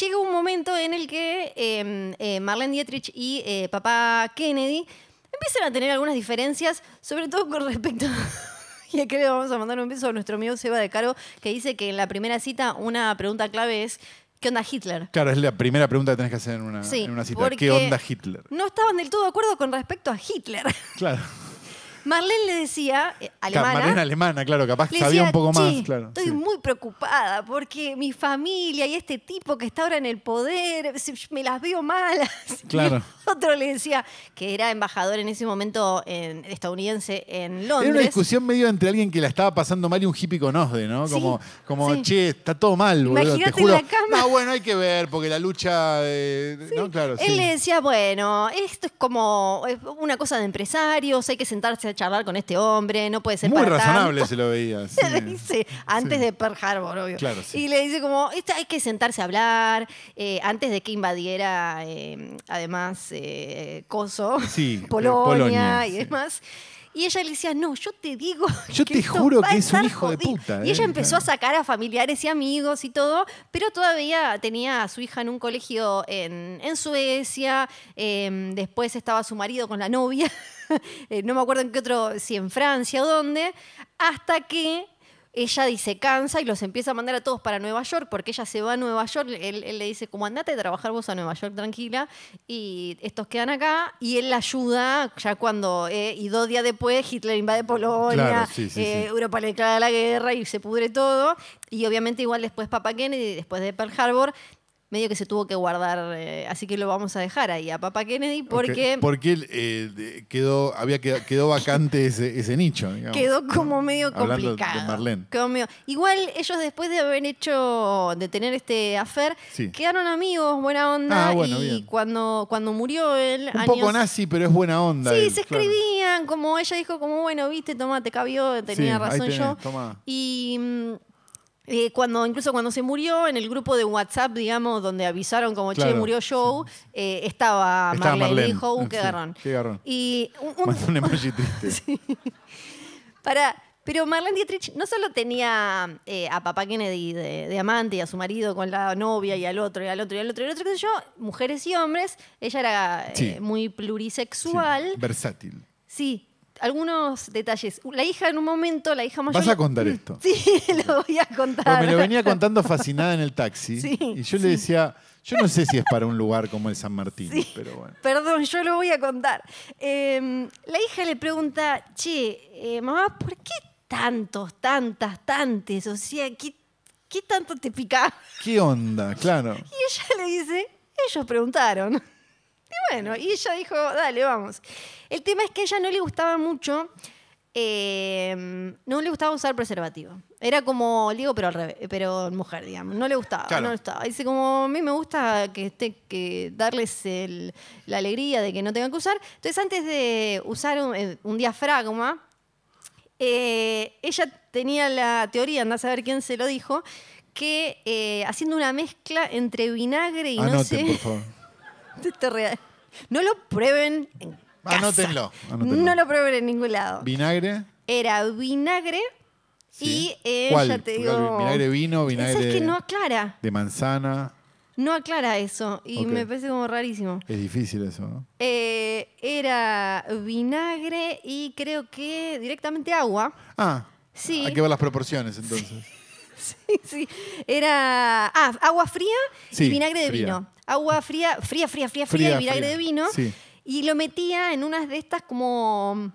Llega un momento en el que eh, eh, Marlene Dietrich y eh, papá Kennedy empiezan a tener algunas diferencias, sobre todo con respecto. [laughs] y acá le vamos a mandar un beso a nuestro amigo Seba de Caro, que dice que en la primera cita una pregunta clave es: ¿Qué onda Hitler?
sí. Claro, es la primera pregunta que tenés que hacer en una,
Sí,
en una cita.
porque
¿Qué onda Hitler?
No estaban del todo de acuerdo con respecto a Hitler. [laughs]
Claro. [laughs]
Marlene le decía, eh, alemana,
Marlene alemana, claro, capaz
Le decía,
sabía un poco más.
"Che,
Claro,
Estoy
sí.
muy preocupada porque mi familia y este tipo que está ahora en el poder, se- me las veo malas. [laughs]
Claro.
Y otro le decía que era embajador en ese momento en- estadounidense en
Era una
Londres.
discusión medio entre alguien que la estaba pasando mal y un hippie con Osde, ¿no?
Sí,
Como, como
sí.
che, está todo mal, boludo, te
Imagínate en
juro.
la cama.
No, bueno, hay que ver, porque la lucha. eh, ¿no? Claro,
Él
sí.
le decía, bueno, esto es como eh, una cosa de empresarios, hay que sentarse a charlar con este hombre, no puede ser
Muy
para tanto".
razonable se lo
[laughs]
veía. sí.
le dice, antes de Pearl Harbor, obvio.
Claro, sí.
Y le dice como, "Esto hay que sentarse a hablar, eh, antes de que invadiera, eh, además, eh, Coso, [laughs]
Sí, eh,
Polonia,
Polonia,
y
sí.
demás. Y ella le decía, no, yo te digo. [laughs]
Yo
que
te
esto
juro
va
que
a
es un
estar
hijo de
jodido".
puta,
Y ella
eh,
empezó a sacar a familiares y amigos y todo, pero todavía tenía a su hija en un colegio en, en Suecia, eh, después estaba su marido con la novia, [laughs] eh, no me acuerdo en qué otro, si en Francia o dónde, hasta que ella dice cansa y los empieza a mandar a todos para Nueva York, porque ella se va a Nueva York, él, él le dice como andate a trabajar vos a Nueva York tranquila, y estos quedan acá, y él la ayuda, ya cuando, eh, y dos días después Hitler invade Polonia,
Claro, sí, sí,
eh,
sí.
Europa le declara la guerra y se pudre todo, y obviamente igual después Papa Kennedy, después de Pearl Harbor, medio que se tuvo que guardar, eh, así que lo vamos a dejar ahí a Papa Kennedy, porque...
Ok, Porque él, eh, de- quedó, había quedado, quedó vacante ese, ese nicho. digamos.
Quedó como medio
Hablando de
complicado.
Marlene.
Quedó medio- Igual ellos después de haber hecho, de tener este affair,
Sí.
quedaron amigos, buena onda.
Ah, bueno,
y
bien.
cuando cuando murió él,
Un
años-
poco nazi, pero es buena onda.
Sí,
él,
se
claro.
escribían, como ella dijo, como bueno, viste, toma, te cabió, tenía
Sí, ahí
razón
tenés,
yo.
tomá.
Y mm, eh, cuando, incluso cuando se murió, en el grupo de WhatsApp, digamos, donde avisaron como, che,
Claro,
murió Joe, eh, estaba
Estaba
Marlene,
Marlene.
dijo, "Uh, qué
Sí,
garrón.
qué garrón.
Y un- un, [laughs]
Mandó un emoji triste.
Para, pero Marlene Dietrich no solo tenía eh, a papá Kennedy de, de amante y a su marido con la novia y al otro y al otro y al otro y al otro, qué sé yo, mujeres y hombres. Ella era eh,
Sí.
muy
Sí,
plurisexual.
Versátil.
Sí. algunos detalles. La hija en un momento, la hija mayor. Mm.
Vas a contar esto.
[laughs] Sí, lo voy a
Porque
contar.
me lo venía contando fascinada en el
[laughs]
taxi.
Sí,
y yo le decía, yo no sé si es para un lugar como el San Martín, pero bueno.
Perdón, yo lo voy a contar. Eh, la hija le pregunta, che, eh, mamá, ¿por qué tantos, tantas, tantes? O sea, ¿qué, qué tanto te picaba?
¿Qué onda? Claro.
Y ella le dice, ellos preguntaron. Y bueno, y ella dijo, dale, vamos. El tema es que a ella no le gustaba mucho, eh, no le gustaba usar preservativo. Era como, Diego, pero al revés, pero en mujer, digamos. No le gustaba,
Claro.
no le gustaba. Dice, como a mí me gusta que esté, que darles el- la alegría de que no tengan que usar. Entonces, antes de usar un, eh, un diafragma, eh, ella tenía la teoría, andá a saber quién se lo dijo, que eh, haciendo una mezcla entre vinagre y no sé.
Anoten, por favor.
[laughs] Esto es real. No lo prueben en casa.
Anótenlo,
anótenlo.
No lo prueben en ningún lado.
Vinagre.
Era vinagre
Sí.
y eh,
¿Cuál?
ya te
Porque
digo...
vinagre vino,
Es
vinagre-
que no aclara.
De manzana.
No aclara eso. Y
Ok.
me parece como rarísimo.
Es difícil eso, ¿no?
Eh, era vinagre y creo que directamente agua.
Ah.
Sí.
Hay que ver las proporciones entonces.
sí. Era... Ah, agua fría
Sí,
y vinagre de
fría.
vino. Agua fría, fría, fría, fría, fría,
Fría,
y vinagre
fría.
de vino.
Sí.
Y lo metía en unas de estas como...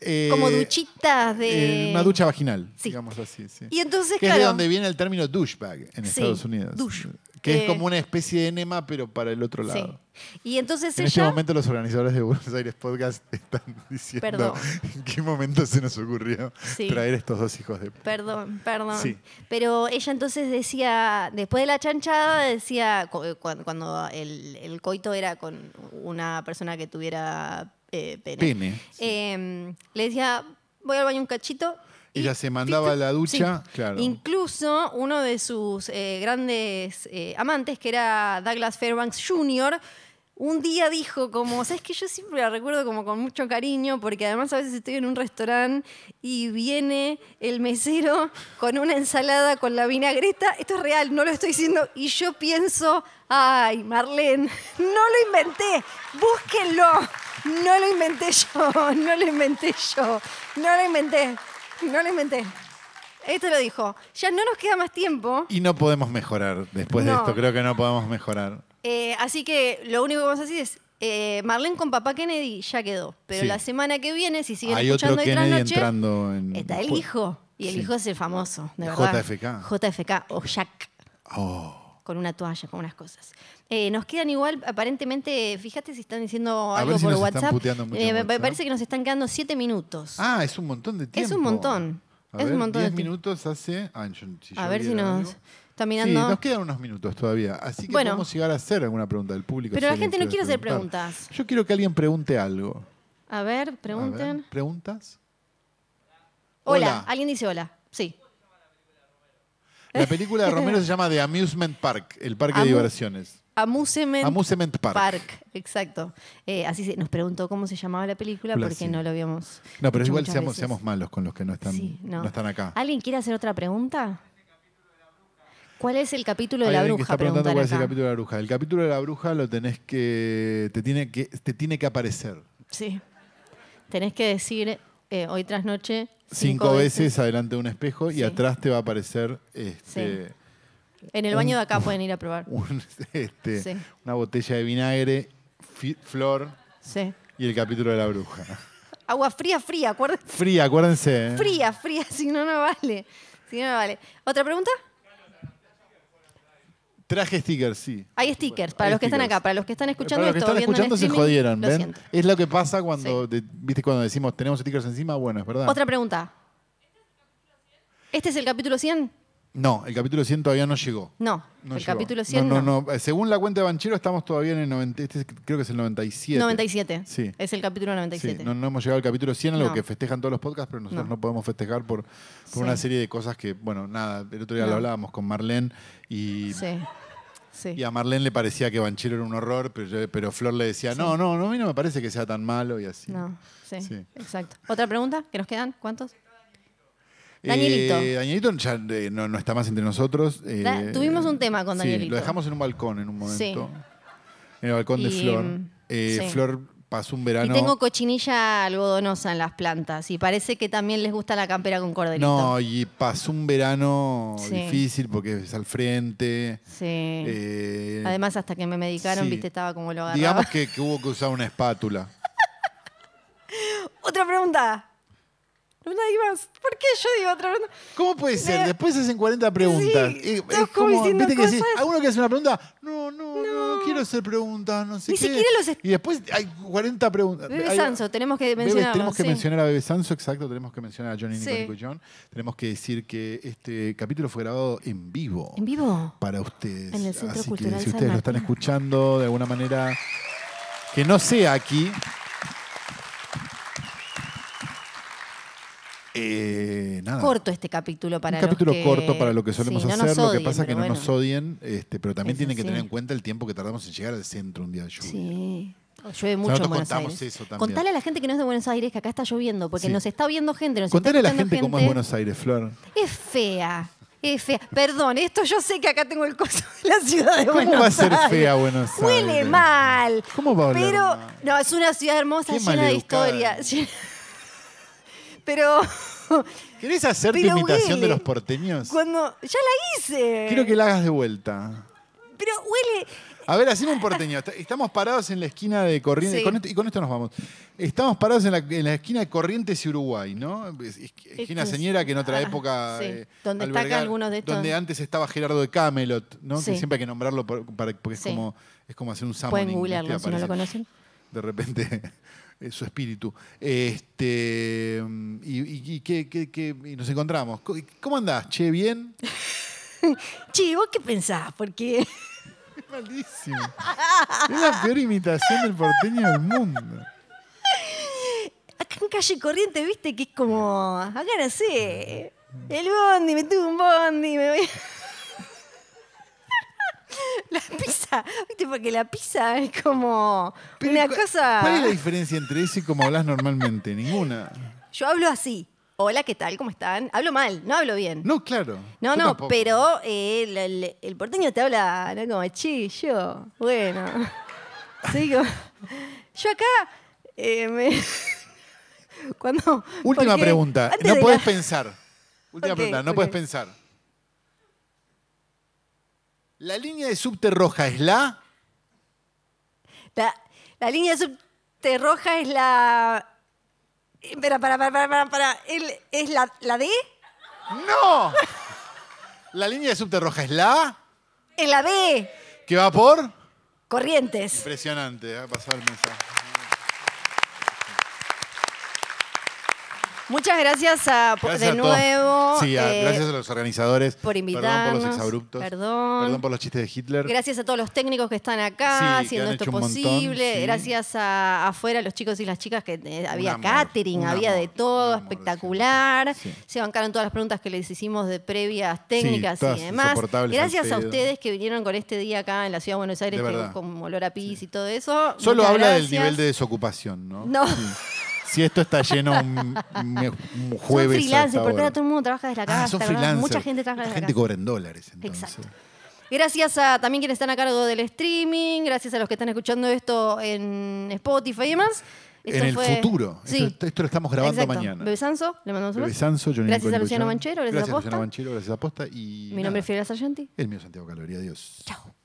Eh,
[laughs] como duchitas de.
eh, una ducha vaginal,
Sí.
digamos así. sí.
Y entonces,
que
claro.
es de donde viene el término douchebag en
Sí,
Estados Unidos.
douche.
Que
Eh,
es como una especie de enema, pero para el otro lado.
sí. Y entonces
En este
ella.
momento los organizadores de Buenos Aires Podcast están [laughs] diciendo
Perdón.
en qué momento se nos ocurrió
Sí.
traer estos dos hijos de...
Perdón, perdón.
Sí.
Pero ella entonces decía, después de la chanchada, decía, cu- cuando, cuando el, el coito era con una persona que tuviera eh, pene.
Pene, sí.
Eh, le decía, voy al baño un cachito.
Y ya se mandaba a la ducha, claro.
Incluso uno de sus eh, grandes eh, amantes, que era Douglas Fairbanks Jr., un día dijo como, ¿sabes que Yo siempre la recuerdo como con mucho cariño, porque además a veces estoy en un restaurante y viene el mesero con una ensalada con la vinagreta, esto es real, no lo estoy diciendo, y yo pienso, ay, Marlene, no lo inventé, búsquenlo, no lo inventé yo, [laughs] no lo inventé yo, no lo inventé, no lo inventé. Esto lo dijo. Ya no nos queda más tiempo.
Y no podemos mejorar después de
No.
esto, creo que no podemos mejorar.
Eh, así que lo único que vamos a decir es, eh, Marlene con papá Kennedy ya quedó. Pero
Sí.
la semana que viene, si siguen
Hay
escuchando
otro
de
Kennedy
Trasnoche,
entrando en...
está el
Ju-
hijo. Y el
Sí.
hijo es el famoso, de verdad.
JFK.
JFK o Jack.
Oh.
Con una toalla, con unas cosas. Eh, nos quedan igual, aparentemente, fíjate si están diciendo
A
algo
ver si
por
nos están
WhatsApp.
puteando mucho
Eh,
en
me- Me
WhatsApp.
parece que nos están quedando siete minutos.
Ah, es un montón de tiempo.
un montón.
A
Es un
ver,
montón de
10
tiempo.
minutos hace... Ah, yo- si yo
a ver
vi
si
el
nos
audio.
está
Sí,
mirando.
nos quedan unos minutos todavía, así que
Bueno.
podemos llegar a hacer alguna pregunta del público.
Pero la
alguien
gente no quiere hacer
preguntar.
preguntas.
Yo quiero que alguien pregunte algo.
A ver,
A ver,
pregunten.
¿Preguntas?
Hola.
Hola.
alguien dice hola. Sí.
La película
[laughs]
de Romero se llama The Amusement Park, el parque
Amu-
de diversiones.
Amusement,
Amusement Park.
exacto. Eh, así se, nos preguntó cómo se llamaba la película
Hola,
porque
sí.
no lo habíamos.
No, pero
hecho
igual
muchas
seamos,
veces.
seamos malos con los que no están,
Sí,
no.
no.
están acá.
¿Alguien quiere hacer otra pregunta? ¿Cuál es el capítulo de
Hay
la
alguien que
bruja?
está preguntando
Preguntan
cuál es el
acá.
capítulo de la bruja. El capítulo de la bruja lo tenés que. te tiene que, te tiene que aparecer.
Sí. Tenés que decir eh, hoy tras noche.
Cinco, veces, adelante de un espejo
Sí.
y atrás te va a aparecer este,
Sí. En el baño de acá pueden ir a probar.
un- [laughs] este,
Sí.
una botella de vinagre, fi- flor
Sí.
y el capítulo de la bruja.
Agua fría, fría, acuérdense.
Fría, acuérdense. ¿eh?
Fría, fría, si no, no vale. Si no, no vale. ¿Otra pregunta?
Traje stickers, sí.
Hay stickers, para
Hay
los que están
stickers.
acá, para los que están escuchando
Para los que
esto,
están
viendo en
escuchando se
streaming,
jodieron,
lo
¿ven?
siento.
Es lo que pasa cuando, de- viste, cuando decimos tenemos stickers encima, bueno, es verdad.
Otra pregunta. ¿Este es el capítulo 100?
No, el capítulo 100 todavía no llegó.
No,
No
el
llegó.
capítulo 100
No, no, no. Eh, Según la cuenta de Banchero estamos todavía en el 90, este es- creo que es el 97.
97.
Sí.
Es el capítulo
Sí,
97.
no, no hemos llegado al capítulo 100, algo
No.
que festejan todos los podcasts, pero nosotros
No.
no, podemos festejar por, por
Sí.
una serie de cosas que, bueno, nada, el otro día
No.
lo hablábamos con Marlene y,
Sí. Sí.
y a Marlene le parecía que Banchero era un horror, pero, yo- pero Flor le decía, no, no, no, a mí no me parece que sea tan malo y así.
No, sí,
Sí.
Exacto. ¿Otra pregunta? ¿Que nos quedan? ¿Cuántos?
Eh,
Danielito.
Danielito ya eh, no, no está más entre nosotros. eh,
Da- tuvimos un tema con
sí,
Danielito.
lo dejamos en un balcón en un momento.
Sí.
En el balcón de
Y,
Flor.
mm,
Eh,
sí.
Flor pasó un
Y
verano.
tengo cochinilla algodonosa en las plantas y parece que también les gusta la campera con corderito.
no, y pasó un verano
Sí.
difícil porque es al frente.
Sí.
eh,
Además, hasta que me medicaron,
sí.
viste, estaba como lo agarraba.
digamos que, que hubo que usar una espátula.
[laughs] Otra pregunta. Nadie más. ¿Por qué yo digo otra pregunta?
¿Cómo puede ser?
Mira,
Después hacen 40 preguntas.
sí,
Eh,
estás como diciendo
viste que decís,
cosas.
a uno que hace una pregunta, no, no, no, quiero
quiero hacer preguntas, no sé
Ni
qué.
siquiera los es-
Y después hay 40 preguntas.
Bebe
Hay-
Sanso, tenemos que
Bebe,
mencionarlo.
tenemos que
sí.
mencionar a Bebe Sanso, exacto, tenemos que mencionar a Johnny Nico,
Sí.
Nico y John. Tenemos que decir que este capítulo fue grabado en vivo.
¿En vivo?
Para ustedes.
En el Centro
Así
Cultural
que si
San
ustedes lo están
Martín.
escuchando de alguna manera, que no sea aquí. Eh, nada.
Corto este capítulo para
un
los
capítulo
que-
corto para lo que solemos
Sí, no
hacer.
nos
lo que
odien,
pasa es que no
pero
nos
bueno.
odien, este, pero también
Es
tienen que
así.
tener en cuenta el tiempo que tardamos en llegar al centro un día de lluvia.
Sí. Oh, Llueve mucho
nosotros
en Buenos
contamos
Aires.
eso también.
Contale a la gente que no es de Buenos Aires que acá está lloviendo, porque
Sí.
nos está viendo gente, nos
Contale a
está
la
escuchando
gente cómo es Buenos Aires, Flor.
Es fea. Es fea. Perdón, esto yo sé que acá tengo el coso de la ciudad de
¿Cómo
Buenos Aires.
va a ser fea Buenos
Huele
Aires?
mal.
¿Cómo va a oler
Pero,
mal?
no, es una ciudad hermosa,
Qué
llena de
maleducada.
historia. [laughs] llena- Pero
¿Querés hacer tu
Pero
imitación
huele.
de los porteños?
cuando. Ya la hice.
Quiero que la hagas de vuelta.
Pero huele.
A ver, hacemos un porteño. Est- Estamos parados en la esquina de Corrientes.
Sí.
con esto- y con esto nos vamos. Estamos parados en la, en la esquina de Corrientes y Uruguay, ¿no? Es- es-
Esto
Esquina
es-
señera que en otra
ah,
época.
sí.
eh,
Donde está acá
albergaba-
algunos de estos-
Donde antes estaba Gerardo de Camelot, ¿no?
Sí.
Que siempre hay que nombrarlo por- para- porque es,
Sí.
como, es como hacer un summoning.
Pueden
¿viste?
googlearlo si no
Aparece
lo conocen.
De repente. [laughs] eh, Su espíritu. Este, mm, y, y- y qué- qué- qué- y nos encontramos. Co- ¿Cómo andás? ¿Che, bien?
Che, ¿vos qué pensás? Porque.
Malísimo. Es la peor imitación del porteño del mundo.
Acá en calle corriente, viste, que es como. Acá no sé.
Mm.
El bondi, me tuve un bondi, me voy. La pizza, viste, porque la pizza es como
Pero
una
¿cu-
cosa.
¿Cuál es la diferencia entre eso y cómo hablas normalmente? Ninguna.
Yo hablo así. Hola, ¿qué tal? ¿Cómo están? Hablo mal, no hablo bien.
No, claro.
No,
Yo
no,
tampoco.
pero eh, el, el- el porteño te habla ¿no? como, chi, yo,
[laughs]
bueno. Sí, como- yo acá, eh, me- [laughs] cuando...
Última
porque
pregunta.
antes
No
de
puedes
la-
pensar. Última
Ok,
pregunta. No
ok.
puedes pensar. La línea de subte roja es la.
La, la línea subte roja es la... eh, Espera, para, para, para, para, para. El- ¿Es la, la D?
¡No! La línea de subte roja es la.
Es la B.
que va por.
Corrientes.
Impresionante, ha pasado el mensaje.
Muchas gracias, a, por- Pues,
Gracias
de
a todos.
nuevo.
Sí, a-
eh,
gracias a los organizadores.
por
Perdón por
invitarnos,
los exabruptos.
perdón.
Perdón por los chistes de Hitler.
Gracias a todos los técnicos que están acá
Sí, que
haciendo
han
esto
hecho un montón,
posible.
sí.
Gracias a afuera los chicos y las chicas que eh, había
amor,
catering,
un
había de
amor,
todo,
un amor,
espectacular.
sí.
Se bancaron todas las preguntas que les hicimos de previas técnicas
todas
y demás.
insoportables
Gracias
al
a
pedo.
ustedes que vinieron con este día acá en la ciudad de Buenos Aires
De
que
verdad.
con olor a pis y todo eso.
Solo
Muchas
habla del
gracias.
nivel de desocupación, ¿no?
No.
Sí. Si esto está lleno un, un- un
Son
jueves. a
freelancers,
esta
porque
hora.
ahora todo el mundo trabaja desde la casa.
Ah, son
¿verdad?
freelancers.
Mucha gente trabaja
La
desde la
gente
casa.
cobra en dólares, entonces.
Exacto. Gracias a también quienes están a cargo del streaming, gracias a los que están escuchando esto en Spotify y demás. Esto
en el
fue-
futuro.
Sí.
Esto, esto lo estamos grabando
Exacto.
mañana.
Bebe Sanso, le mandamos un
Bebe
beso.
Sanso, Johnny
Gracias
Nico,
a Luciano
Nico Young.
Manchero, gracias a
Gracias a Luciano
Posta.
Manchero, gracias a Posta. Y
Mi nombre
nada.
es Fidel Sargenti.
El mío, Santiago Caloría. Adiós.
Chao.